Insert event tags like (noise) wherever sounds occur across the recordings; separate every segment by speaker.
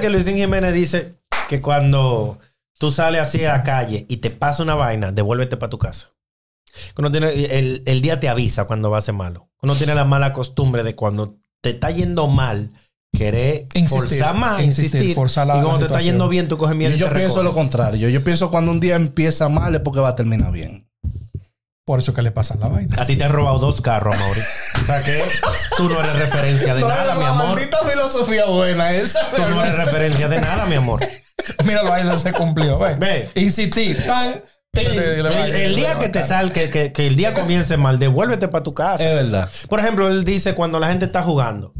Speaker 1: que Luisín Jiménez dice que cuando tú sales así a la calle y te pasa una vaina, devuélvete para tu casa. Uno tiene, el, el día te avisa cuando va a ser malo. Uno tiene la mala costumbre de cuando te está yendo mal, querer
Speaker 2: Insistir,
Speaker 1: forzar más, insistir.
Speaker 2: insistir, forzar
Speaker 1: y
Speaker 2: la-
Speaker 1: cuando
Speaker 2: la
Speaker 1: te está
Speaker 2: situación.
Speaker 1: yendo bien, tú coges miedo
Speaker 3: Y
Speaker 1: y,
Speaker 3: yo
Speaker 1: te
Speaker 3: pienso
Speaker 1: recoges.
Speaker 3: lo contrario. Yo pienso cuando un día empieza mal es porque va a terminar bien.
Speaker 2: Por eso que le pasan
Speaker 1: (laughs)
Speaker 2: la vaina.
Speaker 1: A ti te han robado dos carros, Mauri. O sea que tú no eres
Speaker 3: (laughs)
Speaker 1: referencia de nada, mi amor.
Speaker 3: filosofía buena esa.
Speaker 1: Tú no eres referencia de nada, mi amor.
Speaker 2: Míralo ahí, no se cumplió. Ve.
Speaker 1: Ve.
Speaker 2: Insistir. Tan. tin.
Speaker 1: El, el día que te sal, que, que- que el día comience mal, devuélvete para tu casa.
Speaker 3: Es verdad.
Speaker 1: Por ejemplo, él dice cuando la gente está jugando,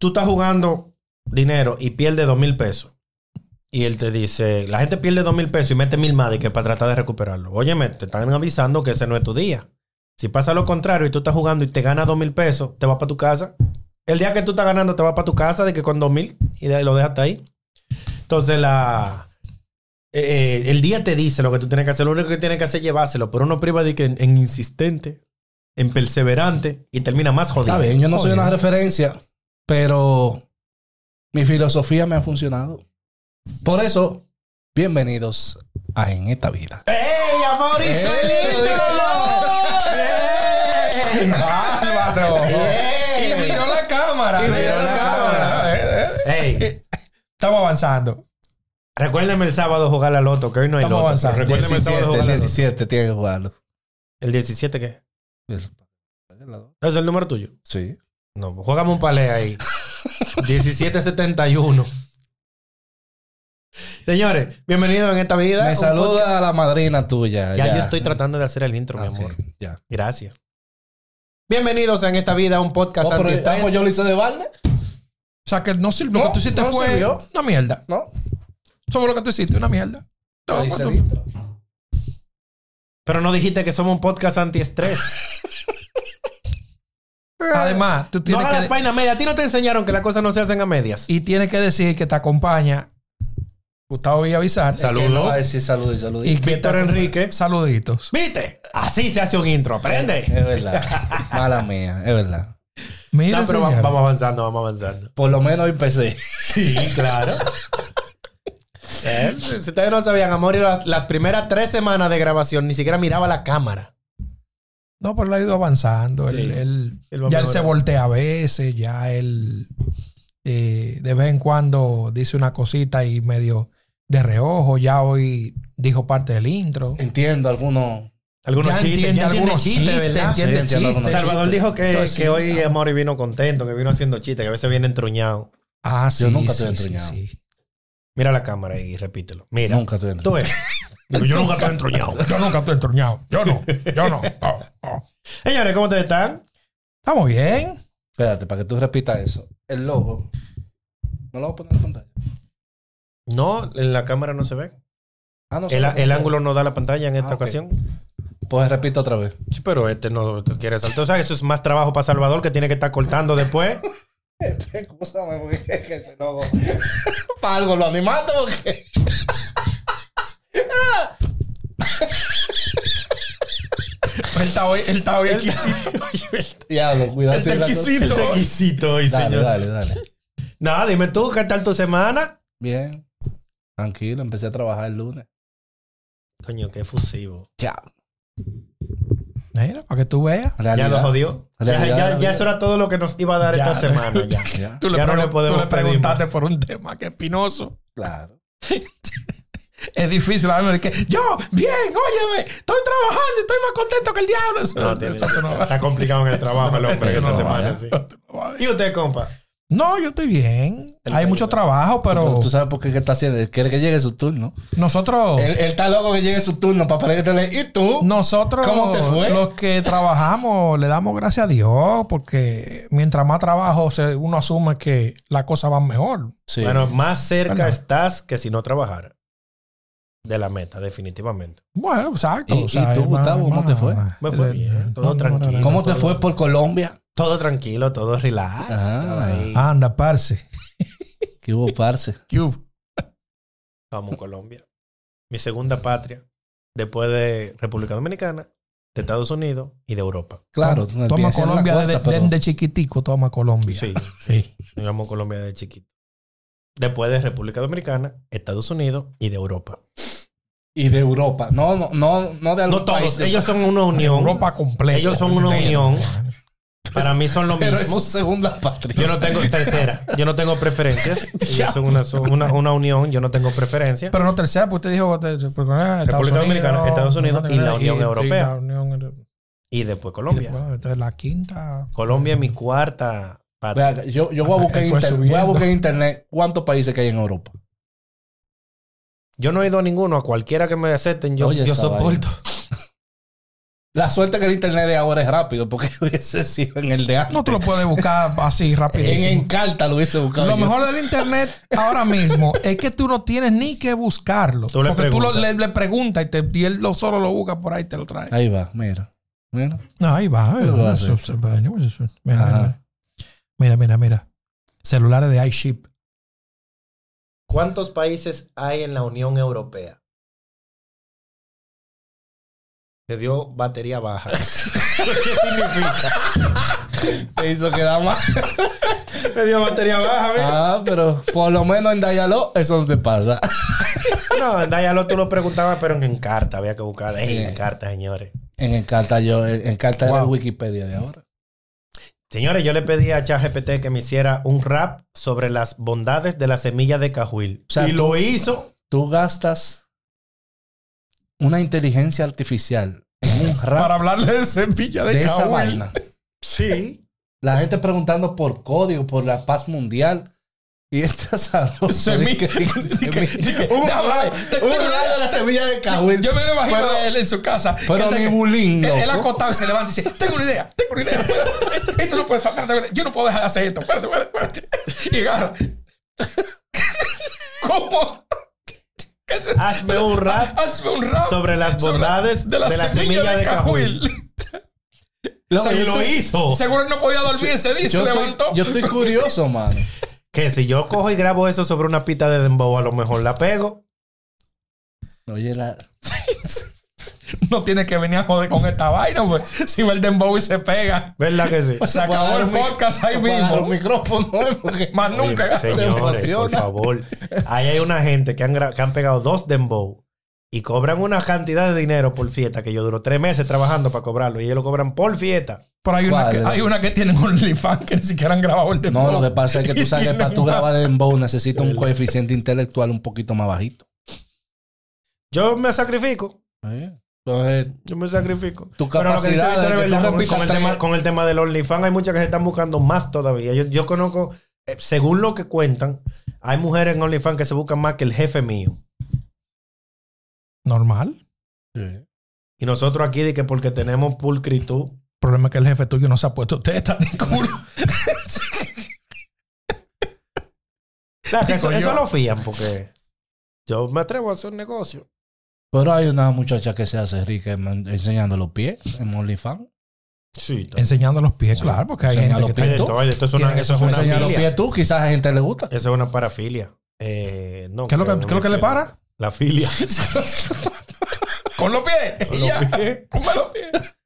Speaker 1: tú estás jugando dinero y pierdes dos mil pesos. Y él te dice, la gente pierde dos mil pesos y mete mil más de que para tratar de recuperarlo. Óyeme, te están avisando que ese no es tu día. Si pasa lo contrario y tú estás jugando y te ganas dos mil pesos, te vas para tu casa. El día que tú estás ganando, te vas para tu casa de que con dos mil y de ahí lo dejas hasta ahí. Entonces la... eh, eh, el día te dice lo que tú tienes que hacer, lo único que tienes que hacer es llevárselo, pero uno priva de que en- en insistente en perseverante y termina más jodido.
Speaker 3: Está bien, yo no soy
Speaker 2: Jodido.
Speaker 3: una referencia, pero mi filosofía me ha funcionado. Por eso, bienvenidos a En esta vida.
Speaker 1: ¡Ey, amor y
Speaker 2: ¡Ey! ¡Bárbaro!
Speaker 1: ¡Ey!
Speaker 2: Y miró la cámara.
Speaker 1: Y miró
Speaker 2: miró
Speaker 1: la cámara.
Speaker 2: Eh, eh.
Speaker 1: ¡Ey!
Speaker 2: Estamos avanzando.
Speaker 1: Recuérdame el sábado jugar al loto, que hoy no hay
Speaker 2: Estamos
Speaker 1: loto.
Speaker 2: avanzando.
Speaker 1: pero Recuérdame el sábado
Speaker 3: 17,
Speaker 1: jugar
Speaker 3: el
Speaker 1: al loto.
Speaker 3: 17 tiene que jugarlo.
Speaker 1: ¿El 17 qué? ¿Es el número tuyo?
Speaker 3: Sí.
Speaker 1: No, pues juégame un palé
Speaker 3: (laughs)
Speaker 1: ahí. 1771. Señores, bienvenidos en esta vida.
Speaker 3: Me
Speaker 1: Un podcast-
Speaker 3: saluda la madrina tuya.
Speaker 1: Ya, yo estoy tratando de hacer el intro,
Speaker 3: Ah,
Speaker 1: mi amor.
Speaker 3: ok, Ya.
Speaker 1: Gracias. Bienvenidos a en esta vida, un podcast
Speaker 3: Oh, pero
Speaker 1: antiestrés.
Speaker 3: estamos yo lo hice de balde.
Speaker 2: O sea, que no sirvió. lo
Speaker 3: No,
Speaker 2: que tú hiciste
Speaker 3: no
Speaker 2: fue
Speaker 3: sirvió.
Speaker 2: una mierda.
Speaker 3: No,
Speaker 2: Somos lo que tú hiciste, una mierda.
Speaker 3: lo
Speaker 2: No,
Speaker 3: hice
Speaker 2: tú-
Speaker 3: de intro.
Speaker 1: Pero no dijiste que somos un podcast antiestrés.
Speaker 3: Eh,
Speaker 2: Además, tú
Speaker 1: No
Speaker 2: tienes
Speaker 1: hagas
Speaker 2: que...
Speaker 1: vaina media. A ti no te enseñaron que las cosas no se hacen a medias.
Speaker 2: Y tienes que decir que te acompaña Gustavo Villavizar.
Speaker 3: Que no va a decir salud y salud.
Speaker 2: Y que
Speaker 1: Víctor
Speaker 2: te acompa-
Speaker 1: Enrique.
Speaker 2: Saluditos.
Speaker 1: ¿Viste? Así se hace un intro.
Speaker 3: Es
Speaker 1: Aprende.
Speaker 3: verdad. Mala mía, es verdad.
Speaker 2: Mira,
Speaker 1: No, pero va-
Speaker 2: señor.
Speaker 1: vamos avanzando, vamos avanzando.
Speaker 3: Por lo menos empecé.
Speaker 1: Sí, claro. Eh, si ustedes no sabían, amor, y las, las primeras tres semanas de grabación ni siquiera miraba la cámara.
Speaker 2: No, pero él ha ido avanzando. Él-
Speaker 1: Sí.
Speaker 2: él-
Speaker 1: Él va
Speaker 2: ya él se
Speaker 1: mejorando.
Speaker 2: voltea a veces, ya él eh, de vez en cuando dice una cosita y medio de reojo. Ya hoy dijo parte del intro.
Speaker 3: Entiendo algunos.
Speaker 1: Algunos
Speaker 2: Ya
Speaker 1: chistes,
Speaker 2: entiende
Speaker 1: ya entiende
Speaker 2: algunos
Speaker 1: chistes,
Speaker 2: chistes,
Speaker 1: ¿verdad?
Speaker 2: entiende
Speaker 3: Sí, entiendo
Speaker 2: chistes.
Speaker 3: algunos
Speaker 1: Salvador dijo que,
Speaker 2: Entonces,
Speaker 1: que hoy Amori vino contento, que vino haciendo chistes, que a veces viene entruñado.
Speaker 2: Ah, sí,
Speaker 3: Yo nunca
Speaker 2: sí,
Speaker 3: estoy
Speaker 2: sí,
Speaker 3: entruñado.
Speaker 2: sí.
Speaker 1: Mira la cámara y repítelo. Mira.
Speaker 3: Nunca estoy entrando.
Speaker 1: Tú ves. Yo nunca estoy entruñado.
Speaker 2: Yo nunca estoy entruñado. Yo no, yo no. Oh, oh.
Speaker 1: Señores, ¿cómo ustedes están?
Speaker 2: Estamos bien.
Speaker 3: Espérate, para que tú repitas eso. El logo. No lo voy a poner en pantalla.
Speaker 1: No, en la cámara no se ve.
Speaker 3: Ah, no.
Speaker 1: El,
Speaker 3: sí.
Speaker 1: el ángulo no da la pantalla en esta
Speaker 3: Ah, ok.
Speaker 1: ocasión.
Speaker 3: Pues repito
Speaker 1: (laughs)
Speaker 3: otra vez.
Speaker 1: Sí, pero este no quiere saltar. O sea, eso es más trabajo para Salvador que tiene que estar cortando después.
Speaker 3: Escúchame, porque es que ese logo. para algo lo animaste, porque.
Speaker 2: Él está hoy, él está hoy
Speaker 1: El
Speaker 2: exquisito.
Speaker 1: (laughs)
Speaker 3: Diablo, cuidado.
Speaker 2: El
Speaker 3: si la cosa-
Speaker 2: tequisito.
Speaker 3: Dale,
Speaker 1: tequisito hoy,
Speaker 3: Dale,
Speaker 1: señor.
Speaker 3: dale, dale.
Speaker 1: Nada, dime tú, ¿qué tal tu semana?
Speaker 3: Bien. Tranquilo, empecé a trabajar el lunes.
Speaker 1: Coño, qué fusivo.
Speaker 3: Ya.
Speaker 2: Mira, para que tú veas.
Speaker 1: Ya
Speaker 3: Realidad.
Speaker 1: lo jodió. Ya,
Speaker 3: Realidad,
Speaker 1: ya- ya
Speaker 3: realidad.
Speaker 1: eso era todo lo que nos iba a dar
Speaker 2: Ya.
Speaker 1: esta semana. Ya.
Speaker 3: Ya,
Speaker 2: Tú le,
Speaker 1: Ya no
Speaker 2: pregun-
Speaker 1: le podemos
Speaker 2: tú le
Speaker 1: pedir
Speaker 2: preguntaste por un tema que es espinoso.
Speaker 3: claro.
Speaker 2: Es difícil hablar que yo, bien, óyeme, estoy trabajando, estoy más contento que el diablo. Eso
Speaker 1: No, tiene-
Speaker 2: eso tú no vas-
Speaker 1: está complicado en el trabajo el hombre
Speaker 2: eso
Speaker 1: esta
Speaker 2: no
Speaker 1: semana.
Speaker 2: vas-
Speaker 1: sí.
Speaker 2: eso tú no vas a ver.
Speaker 1: ¿Y usted, compa?
Speaker 2: No, yo estoy bien.
Speaker 1: Él
Speaker 2: Hay
Speaker 1: está
Speaker 2: mucho
Speaker 1: bien.
Speaker 2: trabajo, pero
Speaker 3: Pero tú sabes por qué que está haciendo. Quiere que llegue su turno.
Speaker 2: nosotros,
Speaker 3: Él, él está loco que llegue su turno para poder que te le- ¿Y tú?
Speaker 2: nosotros
Speaker 3: ¿Cómo te fue?
Speaker 2: los que trabajamos, le damos gracias a Dios, porque mientras más trabajo, se- uno asume que las cosas van mejor.
Speaker 3: Sí.
Speaker 1: Bueno, más cerca
Speaker 2: Bueno.
Speaker 1: estás que si no trabajara. De la meta, definitivamente.
Speaker 2: Bueno, exacto.
Speaker 3: ¿Y- y tú,
Speaker 2: es más-
Speaker 3: Gustavo, cómo
Speaker 2: más-
Speaker 3: te fue?
Speaker 1: Me fue
Speaker 2: eh,
Speaker 1: bien, todo tranquilo.
Speaker 3: ¿Cómo te fue por Colombia?
Speaker 1: Todo tranquilo, todo relax.
Speaker 3: Ah.
Speaker 1: Estaba ahí.
Speaker 2: Anda, parce.
Speaker 3: Que hubo parce.
Speaker 2: ¿Qué hubo?
Speaker 1: Vamos, Colombia. Mi segunda patria, después de República Dominicana, de Estados Unidos y de Europa.
Speaker 3: Claro,
Speaker 2: Toma- toma
Speaker 3: empieza en la
Speaker 2: Colombia
Speaker 3: cuarta,
Speaker 2: desde
Speaker 3: pero-
Speaker 2: desde chiquitico, toma Colombia.
Speaker 1: Sí,
Speaker 2: Sí.
Speaker 1: llegamos a Colombia de chiquito. Después de República Dominicana, Estados Unidos y de Europa.
Speaker 3: Y de Europa. No, no, no, no de algún
Speaker 1: No
Speaker 3: país.
Speaker 1: todos,
Speaker 3: de-
Speaker 1: ellos son una unión.
Speaker 2: Europa completa.
Speaker 1: Ellos son una unión. Para mí son lo
Speaker 3: pero
Speaker 1: mismo.
Speaker 3: es su segunda patria.
Speaker 1: Yo no tengo tercera. Yo no tengo
Speaker 3: (laughs)
Speaker 1: preferencias. Ellos son una, son una, una unión. Yo no tengo preferencia.
Speaker 2: Pero no tercera, porque usted dijo eh, porque, ah, Estados
Speaker 1: República Dominicana,
Speaker 2: Unidos,
Speaker 1: Estados Unidos y la Unión Europea.
Speaker 2: la Unión Europea.
Speaker 1: Y después
Speaker 2: Y
Speaker 1: Colombia.
Speaker 2: después, entonces la quinta.
Speaker 1: Colombia es mi cuarta
Speaker 3: Ve
Speaker 1: patria.
Speaker 3: acá, yo, yo voy, a buscar en
Speaker 2: Fue
Speaker 3: inter- voy
Speaker 2: subiendo.
Speaker 3: a buscar en internet cuántos países que hay en Europa.
Speaker 1: Yo no he ido a ninguno. A cualquiera que me acepten, yo,
Speaker 3: Oye,
Speaker 1: yo
Speaker 3: esa
Speaker 1: soporto.
Speaker 3: La suerte que el internet de ahora es rápido, porque (laughs) hubiese sido en el de antes.
Speaker 2: No te lo puedes buscar así
Speaker 3: (laughs) En
Speaker 2: rapidísimo.
Speaker 3: Encarta lo hubiese buscado.
Speaker 2: Lo
Speaker 3: yo.
Speaker 2: mejor del internet ahora mismo es que tú no tienes ni que buscarlo.
Speaker 1: Tú le
Speaker 2: porque tú lo-
Speaker 1: preguntas.
Speaker 2: le, le preguntas y, te- y él lo solo lo busca por ahí y te lo trae.
Speaker 3: Ahí va, mira. Mira.
Speaker 2: No, ahí va.
Speaker 3: Lo va a
Speaker 2: eso,
Speaker 3: hacer.
Speaker 2: eso, eso, eso. Mira,
Speaker 3: Ajá.
Speaker 2: mira, mira, mira, mira. Celulares de iShip.
Speaker 1: ¿Cuántos países hay en la Unión Europea? Te dio batería baja. ¿Qué significa?
Speaker 3: Te hizo quedar mal.
Speaker 1: Me dio batería baja, ¿ves?
Speaker 3: (laughs) Ah, pero por lo menos en Dayaló eso no te pasa.
Speaker 1: No, anda, ya lo tú lo preguntabas, pero en Encarta había que buscar. Ey,
Speaker 3: Sí.
Speaker 1: Encarta, señores.
Speaker 3: En Encarta yo, en Encarta era
Speaker 2: Wow.
Speaker 3: el Wikipedia de ahora.
Speaker 1: Señores, yo le pedí a ChatGPT que me hiciera un rap sobre las bondades de la semilla de cajuil.
Speaker 3: O sea,
Speaker 1: y
Speaker 3: tú-
Speaker 1: lo hizo.
Speaker 3: Tú gastas una inteligencia artificial en un rap
Speaker 2: Para hablarle de cepilla de,
Speaker 3: de esa
Speaker 2: cahuil.
Speaker 3: vaina.
Speaker 1: Sí.
Speaker 3: La gente preguntando por código, por la paz mundial. Y esta (laughs) sabrosa.
Speaker 2: Semilla.
Speaker 3: Dice que-
Speaker 2: Dice que-
Speaker 3: semilla.
Speaker 2: dice que-
Speaker 3: Un
Speaker 2: te-
Speaker 3: rayo,
Speaker 2: te-
Speaker 3: un
Speaker 2: te-
Speaker 3: rayo de la semilla de cahuil.
Speaker 2: Yo me lo imagino
Speaker 3: Pero-
Speaker 2: a él en su casa.
Speaker 3: Pero
Speaker 2: que
Speaker 3: mi
Speaker 2: está-
Speaker 3: bulín,
Speaker 2: él, él
Speaker 3: loco.
Speaker 2: acostado y se levanta y dice, tengo una idea, tengo una idea. (laughs) Esto- Esto no puede faltar. espérate, Yo no puedo dejar de hacer esto. Espérate, espérate, espérate. (laughs) Y agarra. ¿Cómo? ¿Qué se-
Speaker 1: Hazme un rap
Speaker 2: Hazme un rap
Speaker 1: sobre las
Speaker 2: sobre
Speaker 1: bondades de la, semilla, de cajuil.
Speaker 3: Loco,
Speaker 1: Y
Speaker 3: yo
Speaker 1: lo
Speaker 3: estoy-
Speaker 1: hizo.
Speaker 2: Seguro que no podía dormir ese día y se
Speaker 3: yo estoy-
Speaker 2: levantó.
Speaker 3: yo estoy curioso, mano.
Speaker 1: Que si yo cojo y grabo eso sobre una pita de dembow, a lo mejor la pego.
Speaker 3: Oye, la,
Speaker 2: (laughs) No tiene que venir a joder con esta vaina, pues. Si va el dembow y se pega.
Speaker 1: ¿Verdad
Speaker 3: (laughs)
Speaker 1: que
Speaker 3: pues,
Speaker 1: sí?
Speaker 2: Se acabó el podcast ahí mismo.
Speaker 3: Un micrófono, ¿eh?
Speaker 2: (laughs)
Speaker 3: Porque
Speaker 2: Más nunca.
Speaker 3: se
Speaker 1: Señores, por
Speaker 3: emociona.
Speaker 1: favor. Ahí hay una gente que han, gra- que han pegado dos dembow y cobran una cantidad de dinero por fiesta que yo duro tres meses trabajando para cobrarlo y ellos lo cobran por fiesta.
Speaker 2: Pero hay una,
Speaker 3: ¿Cuál?
Speaker 2: que, hay una que tienen OnlyFans que ni siquiera han grabado el dembow.
Speaker 3: No, lo que pasa es que
Speaker 2: Y
Speaker 3: tú sabes que
Speaker 2: tienen
Speaker 3: para tú
Speaker 2: más.
Speaker 3: grabar Dembow necesitas un coeficiente intelectual un poquito más bajito.
Speaker 1: Yo me sacrifico.
Speaker 3: Entonces,
Speaker 1: Yo me sacrifico.
Speaker 3: tu
Speaker 1: Pero lo que dice
Speaker 3: capacidad
Speaker 1: Víctor
Speaker 3: de
Speaker 1: es
Speaker 3: que tú
Speaker 1: verdad, con,
Speaker 3: repitas
Speaker 1: con el
Speaker 3: tres-
Speaker 1: tema, con el tema del OnlyFans hay muchas que se están buscando más todavía. Yo, yo conozco, eh, según lo que cuentan, hay mujeres en OnlyFans que se buscan más que el jefe mío.
Speaker 2: Normal.
Speaker 3: Sí.
Speaker 1: Y nosotros aquí de que porque tenemos pulcritud.
Speaker 2: El problema es que el jefe tuyo no se ha puesto teta ni culo.
Speaker 1: O sea, que eso,
Speaker 2: Digo yo.
Speaker 1: eso lo fían porque yo me atrevo a hacer un negocio.
Speaker 3: Pero hay una muchacha que se hace rica en- enseñando los pies en OnlyFans.
Speaker 1: Sí, está.
Speaker 2: (laughs) Enseñando los pies, claro, porque hay
Speaker 3: Enseña
Speaker 2: gente
Speaker 3: los
Speaker 2: que
Speaker 1: Hay
Speaker 2: tiene
Speaker 1: de todo, hay de todo. Eso, es una-
Speaker 2: Tiene-
Speaker 1: eso es una
Speaker 3: Enseña los
Speaker 1: filia.
Speaker 3: pies tú, quizás a gente le gusta.
Speaker 1: Eso es una parafilia. Eh, no,
Speaker 2: ¿Qué es lo
Speaker 1: creo,
Speaker 2: que,
Speaker 1: no
Speaker 2: qué es lo que le
Speaker 1: creo.
Speaker 2: para?
Speaker 1: La filia.
Speaker 2: Con los
Speaker 1: (laughs)
Speaker 2: pies.
Speaker 1: Con
Speaker 2: Y
Speaker 1: los
Speaker 2: ya.
Speaker 1: pies.
Speaker 2: Con los pies.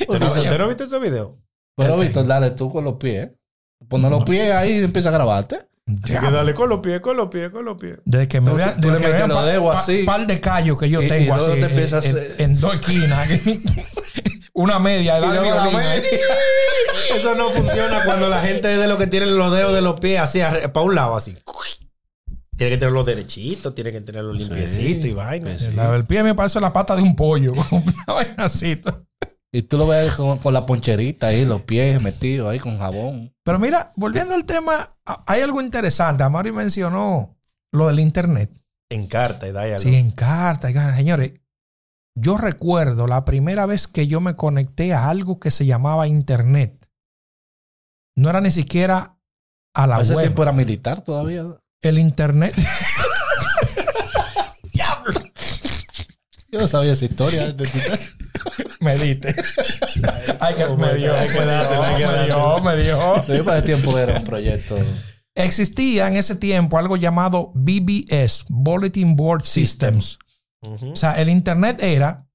Speaker 1: ¿Usted no-
Speaker 2: Oye.
Speaker 1: usted no viste ese video?
Speaker 3: Pero
Speaker 2: Ok.
Speaker 3: Víctor, dale tú con los pies. Pones los pies ahí y empieza a grabarte.
Speaker 1: Así que dale con los pies, con los pies, con los pies.
Speaker 2: Desde que me
Speaker 3: Tú-
Speaker 2: vean,
Speaker 3: tú le metes los dedos así.
Speaker 2: par de callos que yo
Speaker 3: Y- y
Speaker 2: tengo
Speaker 3: luego
Speaker 2: así.
Speaker 3: te
Speaker 2: en-
Speaker 3: empiezas-
Speaker 2: en, en dos (laughs) esquinas. una media.
Speaker 3: Y luego la media.
Speaker 1: Eso no funciona cuando la gente es de lo que tiene los dedos de los pies así, para un lado así. Tiene que tenerlos derechitos, tiene que tenerlos limpiecitos y vaina.
Speaker 3: Sí.
Speaker 2: La del pie me parece la pata de un pollo. (laughs) Una vaina así.
Speaker 3: Y tú lo ves con, con la poncherita ahí, los pies metidos ahí con jabón.
Speaker 2: Pero mira, volviendo al tema, a- hay algo interesante. Amari mencionó lo del internet.
Speaker 1: En carta y dale
Speaker 2: Sí, en carta. y carta. Señores, yo recuerdo la primera vez que yo me conecté a algo que se llamaba internet. No era ni siquiera a la
Speaker 3: A ese
Speaker 2: web.
Speaker 3: tiempo era militar todavía.
Speaker 2: El internet. (laughs)
Speaker 3: Yo no sabía esa historia. de ti.
Speaker 2: me
Speaker 1: (laughs)
Speaker 2: diste. Ay, que
Speaker 1: Oh,
Speaker 2: me
Speaker 1: my
Speaker 2: dio,
Speaker 1: God. Hay que
Speaker 2: me
Speaker 1: dársela, hay que
Speaker 2: dio, me dio,
Speaker 1: dársela.
Speaker 2: me dio.
Speaker 3: Yo para ese tiempo era un proyecto.
Speaker 2: Existía en ese tiempo algo llamado BBS, Bulletin Board Systems.
Speaker 1: Ujú.
Speaker 2: O sea, el internet era,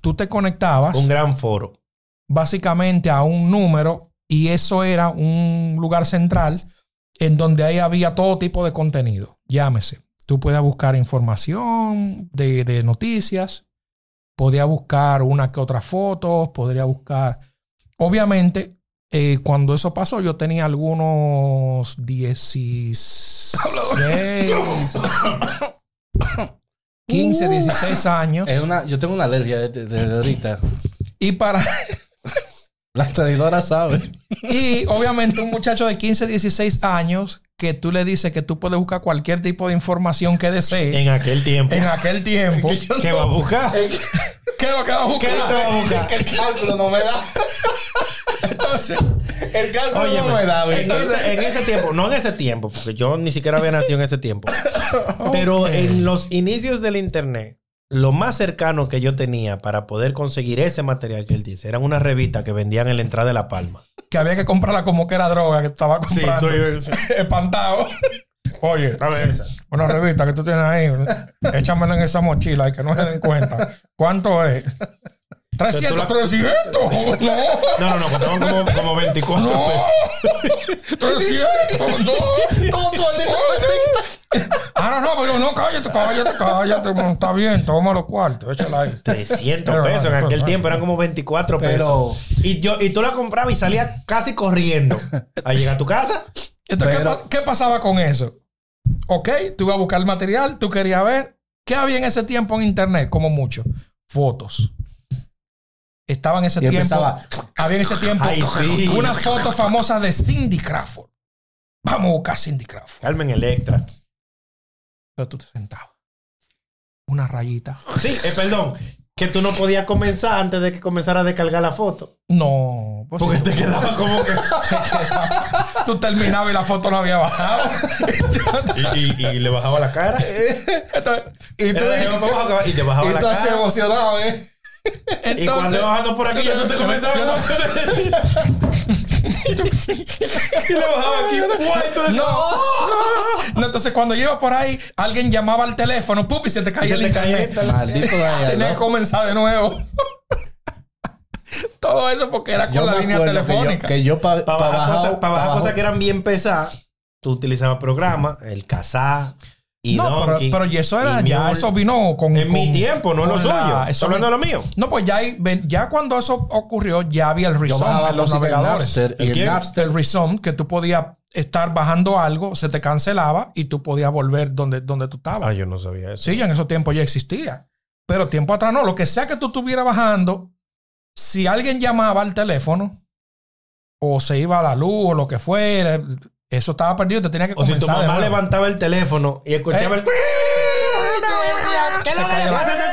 Speaker 2: tú te conectabas.
Speaker 1: Un gran foro.
Speaker 2: básicamente a un número y eso era un lugar central en donde ahí había todo tipo de contenido. Llámese. Tú puedes buscar información de, de noticias, podía buscar una que otra foto, podría buscar. Obviamente, eh, cuando eso pasó, yo tenía algunos 16, 15, 16 años.
Speaker 3: Es una, yo tengo una alergia desde, desde ahorita.
Speaker 2: Y para. (laughs)
Speaker 3: La traidora sabe.
Speaker 2: Y obviamente un muchacho de 15, 16 años que tú le dices que tú puedes buscar cualquier tipo de información que desee
Speaker 1: En aquel (laughs) tiempo.
Speaker 2: en aquel tiempo.
Speaker 1: ¿Qué va a buscar?
Speaker 2: ¿Qué es lo que vas a
Speaker 1: ¿Qué
Speaker 2: buscar?
Speaker 1: no te va a buscar?
Speaker 3: (laughs) el cálculo no me da.
Speaker 2: Entonces,
Speaker 3: El cálculo
Speaker 1: Oye,
Speaker 3: no me da.
Speaker 1: en, ese, en ese tiempo, no en ese tiempo, porque yo ni siquiera había nacido en ese (laughs) tiempo. Pero en los inicios del internet, lo más cercano que yo tenía para poder conseguir ese material que él dice eran unas revistas que vendían en la entrada de La Palma.
Speaker 2: que había que comprarla como que era droga que estaba comprando. (laughs) espantado. (laughs) Oye,
Speaker 1: A ver, esa.
Speaker 2: una revista que tú tienes ahí, échamela en esa mochila y que no se den cuenta. ¿Cuánto es? 300,
Speaker 1: la- (laughs)
Speaker 2: 300. No,
Speaker 1: No, no, no, costaban como, como 24 pesos.
Speaker 2: (laughs) 300. No.
Speaker 3: Todo tu maldito
Speaker 2: Ah, no, no, pero no, cállate, cállate, cállate. bueno, está bien, toma los cuartos, échala ahí.
Speaker 1: 300
Speaker 2: Pero,
Speaker 1: pesos en
Speaker 2: vale,
Speaker 1: aquel
Speaker 2: vale.
Speaker 1: tiempo eran como 24
Speaker 3: Pero-
Speaker 1: pesos. Y, yo, y tú la comprabas y salías casi
Speaker 2: (laughs)
Speaker 1: corriendo a llegar a tu casa.
Speaker 2: Entonces, ¿qué
Speaker 3: Pero-
Speaker 2: pa- ¿qué, pasaba con eso? Ok, tú ibas a buscar el material, tú querías ver. ¿Qué había en ese tiempo en internet? Como mucho. Fotos. Estaba en ese
Speaker 3: Y
Speaker 2: tiempo.
Speaker 3: empezaba-
Speaker 2: Había en ese tiempo
Speaker 1: Ay, sí.
Speaker 2: una foto famosa de Cindy Crawford. Vamos a buscar Cindy Crawford.
Speaker 1: Carmen Electra.
Speaker 2: Pero tú te sentabas. Una rayita.
Speaker 1: Sí, eh, perdón. Que tú no podías comenzar antes de que comenzara a descargar la foto.
Speaker 2: No. pues
Speaker 1: Porque
Speaker 2: sí,
Speaker 1: te quedaba como
Speaker 2: (laughs)
Speaker 1: que.
Speaker 2: Tú terminabas y la foto no había
Speaker 1: (laughs)
Speaker 2: bajado.
Speaker 1: Y, y- y le bajaba la cara.
Speaker 2: Entonces, y tú,
Speaker 1: Era de abajo para abajo, Y te bajaba la
Speaker 3: Entonces
Speaker 1: cara.
Speaker 3: emocionado,
Speaker 2: (laughs)
Speaker 3: ¿eh?
Speaker 1: Y cuando
Speaker 2: entonces-
Speaker 1: iba bajando por aquí, ya tú te comenzabas a (laughs) Y le bajaba
Speaker 2: (laughs)
Speaker 1: aquí fuerte.
Speaker 2: No, No, (laughs) entonces cuando yo iba por ahí, alguien llamaba al teléfono, ¡pup! y se te caía
Speaker 1: Y se
Speaker 2: el
Speaker 1: te caía
Speaker 2: internet.
Speaker 1: el internet.
Speaker 3: Maldito
Speaker 2: Tenía
Speaker 3: Daniel.
Speaker 2: que comenzar de nuevo. (laughs) Todo eso porque era con
Speaker 3: Yo
Speaker 2: la
Speaker 3: me
Speaker 2: línea
Speaker 3: acuerdo
Speaker 2: telefónica.
Speaker 3: Que yo, para
Speaker 1: Para bajar, cosas, pa' bajar cosas que
Speaker 3: era.
Speaker 1: eran bien pesadas, tú utilizabas programas, el Kazaa y
Speaker 2: no, pero,
Speaker 1: Donkey,
Speaker 2: pero y eso era
Speaker 1: y
Speaker 2: ya,
Speaker 1: Mule.
Speaker 2: eso vino con.
Speaker 1: En mi
Speaker 2: con-
Speaker 1: tiempo, no
Speaker 2: con
Speaker 1: lo suyo.
Speaker 2: la-
Speaker 1: Eso
Speaker 2: eso
Speaker 1: no es
Speaker 2: vino-
Speaker 1: lo mío.
Speaker 2: No, pues ya, ahí ven- ya cuando eso ocurrió, ya había el
Speaker 3: Yo
Speaker 2: resumen
Speaker 3: bajaba
Speaker 2: en los
Speaker 3: música en
Speaker 2: navegadores.
Speaker 3: Napster
Speaker 1: ¿El
Speaker 3: y
Speaker 1: quién?
Speaker 3: en Napster.
Speaker 2: el resume que tú podías estar bajando algo, se te cancelaba y tú podías volver donde, donde tú estabas.
Speaker 1: Ah, yo no sabía eso.
Speaker 2: Sí, ya en esos tiempos ya existía. Pero tiempo atrás no. Lo que sea que tú estuvieras bajando, si alguien llamaba al teléfono o se iba a la luz o lo que fuera, eso estaba perdido. Te tenía que
Speaker 1: O si
Speaker 2: comenzar.
Speaker 1: tu
Speaker 2: de
Speaker 1: mamá
Speaker 2: nuevo.
Speaker 1: levantaba el teléfono y escuchaba (laughs)
Speaker 2: Eh.
Speaker 1: el. Se cayó. Pásate el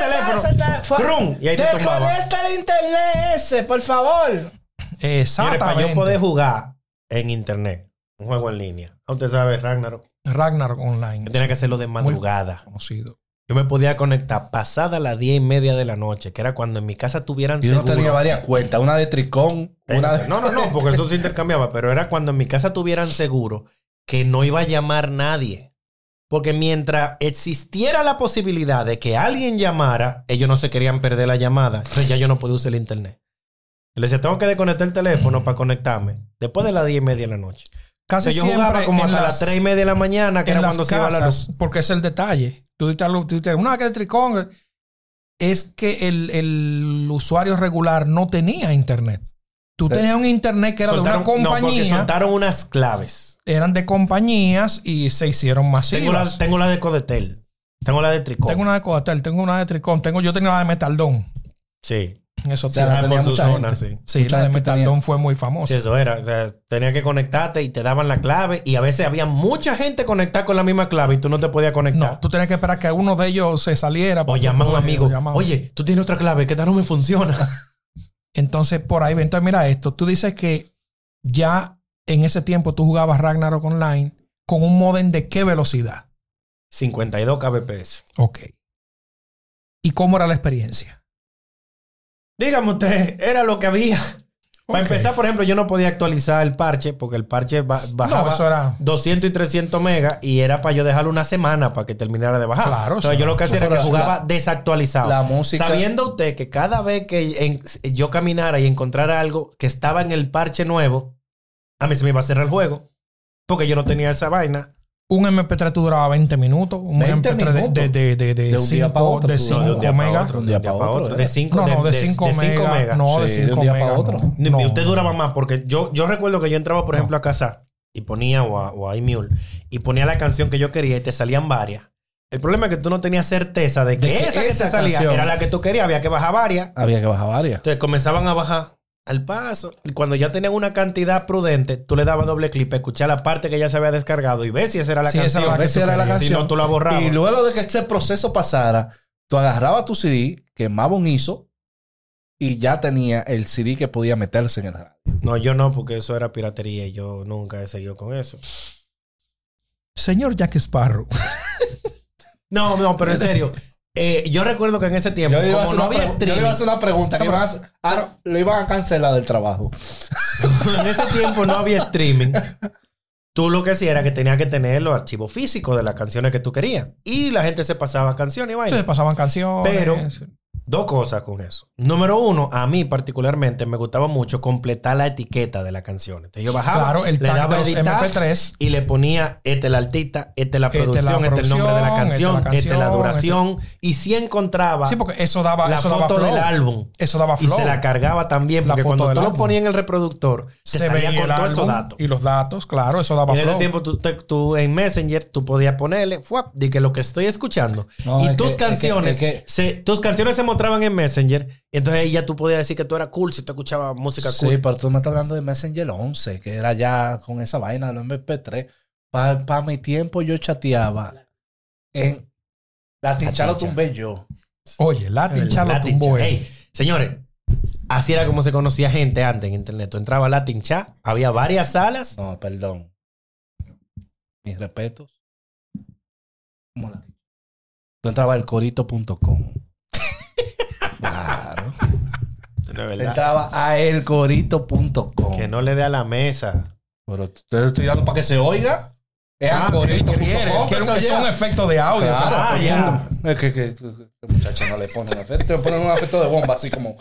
Speaker 1: teléfono. ¡Crum! Y ahí te tumbaba.
Speaker 3: el internet ese, por favor.
Speaker 1: Mire, para
Speaker 2: Exactamente.
Speaker 1: yo poder jugar en internet, un juego en línea. Ah, Usted sabe, Ragnarok.
Speaker 2: Ragnarok Online,
Speaker 1: Yo tenía que hacerlo de madrugada.
Speaker 2: conocido.
Speaker 1: Yo me podía conectar pasada las diez y media de la noche, que era cuando en mi casa tuvieran
Speaker 3: Y
Speaker 1: seguro.
Speaker 3: uno tenía varias cuentas. Una de Tricón, una de...
Speaker 1: No, no, no, porque eso se intercambiaba, pero era cuando en mi casa tuvieran seguro que no iba a llamar nadie. Porque mientras existiera la posibilidad de que alguien llamara, ellos no se querían perder la llamada. Entonces ya yo no podía usar el internet. Yo le decía, tengo que desconectar el teléfono para conectarme. Después de las diez y media de la noche. O sea,
Speaker 2: Casi
Speaker 1: yo
Speaker 2: siempre
Speaker 1: jugaba como
Speaker 2: en
Speaker 1: hasta las
Speaker 2: las-
Speaker 1: tres y media de la mañana, que
Speaker 2: en
Speaker 1: era
Speaker 2: las
Speaker 1: cuando se iba la luz.
Speaker 2: casas, porque es el detalle. Tú dices, algo, tú dices, una que el tricón es que el, el usuario regular no tenía internet. Tú
Speaker 3: Sí.
Speaker 2: tenías un internet que era de
Speaker 1: Eh, Soltaron-
Speaker 2: una
Speaker 1: no, porque
Speaker 2: compañía,
Speaker 1: soltaron unas claves.
Speaker 2: eran de compañías y se hicieron
Speaker 1: Tengo la,
Speaker 2: masivas. Tengo,
Speaker 1: tengo la de Codetel. Tengo la de Tricón.
Speaker 2: una de Codatel, tengo una de Tricón, tengo, yo tenía la de Metaldón.
Speaker 1: Sí.
Speaker 2: Eso
Speaker 3: sea,
Speaker 2: tiene-
Speaker 1: Ah,
Speaker 3: tenía
Speaker 1: por su
Speaker 3: mucha
Speaker 1: zona,
Speaker 3: gente.
Speaker 1: sí.
Speaker 2: sí,
Speaker 3: mucha
Speaker 2: la de
Speaker 3: gente
Speaker 2: Metaldón
Speaker 3: tenía.
Speaker 2: fue muy
Speaker 1: Sí,
Speaker 2: famosa.
Speaker 1: eso era. O sea, tenía que conectarte y te daban la clave. Y a veces había mucha gente conectada con la misma clave y tú no te podías
Speaker 2: No,
Speaker 1: conectar.
Speaker 2: tú tenías que esperar que uno de ellos se saliera.
Speaker 1: o
Speaker 2: porque
Speaker 1: llaman a un
Speaker 2: poder-
Speaker 1: amigo.
Speaker 2: o llamaban.
Speaker 1: Oye, tú tienes otra clave que tal no me funciona. (laughs)
Speaker 2: Entonces, por ahí, entonces mira esto. Tú dices que ya en ese tiempo tú jugabas Ragnarok Online con un modem de qué velocidad.
Speaker 1: 52 kbps.
Speaker 2: Ok. ¿Y cómo era la experiencia?
Speaker 1: Dígame usted, era lo que había. Para
Speaker 2: Ok.
Speaker 1: empezar, por ejemplo, yo no podía actualizar el parche porque el parche ba- bajaba.
Speaker 2: No, eso era.
Speaker 1: 200 y 300 megas y era para yo dejarlo una semana para que terminara de bajar.
Speaker 2: Claro,
Speaker 1: Entonces
Speaker 2: eso-
Speaker 1: yo lo que hacía era
Speaker 3: pero
Speaker 1: que
Speaker 3: la-
Speaker 1: jugaba desactualizado.
Speaker 3: la música-
Speaker 1: Sabiendo usted que cada vez que en- yo caminara y encontrara algo que estaba en el parche nuevo, a mí se me iba a cerrar el juego. Porque yo no tenía esa vaina.
Speaker 2: Un MP3 tú duraba 20 minutos. Un
Speaker 3: 20
Speaker 2: MP3 de-
Speaker 3: minutos.
Speaker 2: de, de, de, de,
Speaker 3: De un día para
Speaker 2: cinco-
Speaker 3: otro
Speaker 2: de
Speaker 1: No,
Speaker 3: tú-
Speaker 1: de un
Speaker 2: 5
Speaker 1: día para
Speaker 2: megas.
Speaker 1: otro, de un día para otro. De 5
Speaker 2: No, no, de 5 megas. No, de
Speaker 3: Sí, de un
Speaker 2: 5
Speaker 3: día
Speaker 2: megas.
Speaker 3: para otro.
Speaker 1: Ni-
Speaker 2: No.
Speaker 1: ni Usted duraba más porque yo, yo recuerdo que yo entraba, por ejemplo, a casa y ponía o a, o a iMule y ponía la canción que yo quería y te salían varias. El problema es que tú no tenías certeza de que,
Speaker 3: que
Speaker 1: esa que
Speaker 3: esa
Speaker 1: te salía
Speaker 3: canción-
Speaker 1: era la que tú querías, había que bajar varias.
Speaker 3: Había que bajar varias.
Speaker 1: Entonces comenzaban a bajar al paso. Y cuando ya tenían una cantidad prudente, tú le dabas doble clic, escuchar la parte que ya se había descargado y ves si esa era la
Speaker 2: Sí, esa
Speaker 1: canción.
Speaker 2: era la que
Speaker 3: Esa
Speaker 2: tú
Speaker 3: era la
Speaker 2: querías.
Speaker 1: Si
Speaker 3: canción.
Speaker 1: no, tú la borrabas.
Speaker 3: Y luego de que este proceso pasara, tú agarrabas tu CD, quemabas un ISO y ya tenía el CD que podía meterse en el radio.
Speaker 1: No, yo no, porque eso era piratería y yo nunca he seguido con eso.
Speaker 2: Señor Jack Sparrow.
Speaker 1: No, no, pero en
Speaker 3: (laughs)
Speaker 1: serio. eh, yo recuerdo que en ese tiempo,
Speaker 3: Yo le iba a
Speaker 1: como
Speaker 3: hacer
Speaker 1: no
Speaker 3: una
Speaker 1: había
Speaker 3: pregu- yo le iba
Speaker 1: streaming,
Speaker 3: a hacer una pregunta que iban a hacer- ah, no, lo iban a cancelar del trabajo.
Speaker 1: (laughs) en ese tiempo no había
Speaker 3: (laughs)
Speaker 1: streaming. Tú lo que hacías era que tenías que tener los archivos físicos de las canciones que tú querías. Y la gente se pasaba canciones y
Speaker 2: Se
Speaker 1: vainas.
Speaker 2: le pasaban canciones.
Speaker 1: Pero- Dos cosas con eso. Número uno, a mí particularmente me gustaba mucho completar la etiqueta de la canción. Entonces yo bajaba,
Speaker 2: claro, el
Speaker 1: le
Speaker 2: tag de
Speaker 1: daba
Speaker 2: los
Speaker 1: editar
Speaker 2: MP3.
Speaker 1: y le ponía este el artista, este la
Speaker 2: Este la
Speaker 1: producción, este el nombre de la
Speaker 2: producción, este la
Speaker 1: canción, este la
Speaker 2: canción,
Speaker 1: duración. Y si encontraba
Speaker 2: Sí, porque eso daba,
Speaker 1: la
Speaker 2: eso daba
Speaker 1: foto
Speaker 2: flow.
Speaker 1: del álbum
Speaker 2: Eso daba
Speaker 1: y
Speaker 2: flow.
Speaker 1: se la cargaba también,
Speaker 2: La
Speaker 1: porque
Speaker 2: foto
Speaker 1: cuando
Speaker 2: del
Speaker 1: tú lo
Speaker 2: álbum.
Speaker 1: ponías en el reproductor, se, veía con
Speaker 2: el
Speaker 1: todos esos
Speaker 2: álbum
Speaker 1: datos.
Speaker 2: Y los datos, claro, eso daba
Speaker 1: Y en ese
Speaker 2: flow.
Speaker 1: tiempo tú, te- tú en Messenger tú podías ponerle fuap de que lo que estoy escuchando
Speaker 3: No,
Speaker 1: y
Speaker 3: es
Speaker 1: tus
Speaker 3: que- es que-
Speaker 1: canciones
Speaker 3: es que-
Speaker 1: se, tus canciones se mostraban en Messenger y entonces ahí ya tú podías decir que tú eras cool si tú escuchabas música
Speaker 3: Sí,
Speaker 1: cool
Speaker 3: pero tú me estás hablando de Messenger 11, que era ya con esa vaina de los MP3. Para mi tiempo yo chateaba en... La tincha lo
Speaker 1: tincha.
Speaker 3: tumbé yo.
Speaker 2: Oye, Latin Chat lo
Speaker 1: Latin
Speaker 2: tumbó
Speaker 1: Chat.
Speaker 2: él.
Speaker 1: Ey, señores así era como se conocía gente antes en internet tú entraba a Latin Chat había varias salas
Speaker 3: No, perdón. Mis respetos. ¿Cómo la tincha? Tú entrabas
Speaker 1: (laughs)
Speaker 3: al corito.com. claro.
Speaker 1: de
Speaker 3: Tú
Speaker 1: verdad,
Speaker 3: entrabas a elcorito.com.
Speaker 1: que no le dé a la mesa
Speaker 3: Pero te estoy dando para que se oiga. Es
Speaker 1: Ah,
Speaker 3: al corito.com.
Speaker 1: ¿qué quieres?
Speaker 3: que
Speaker 2: Es
Speaker 3: se
Speaker 2: un- es
Speaker 3: oiga.
Speaker 2: un efecto de audio.
Speaker 3: Claro,
Speaker 1: Ah,
Speaker 3: pues,
Speaker 1: ya.
Speaker 3: no. Es que, que, que- que muchacho no le ponen efecto, le ponen un efecto de bomba, así como.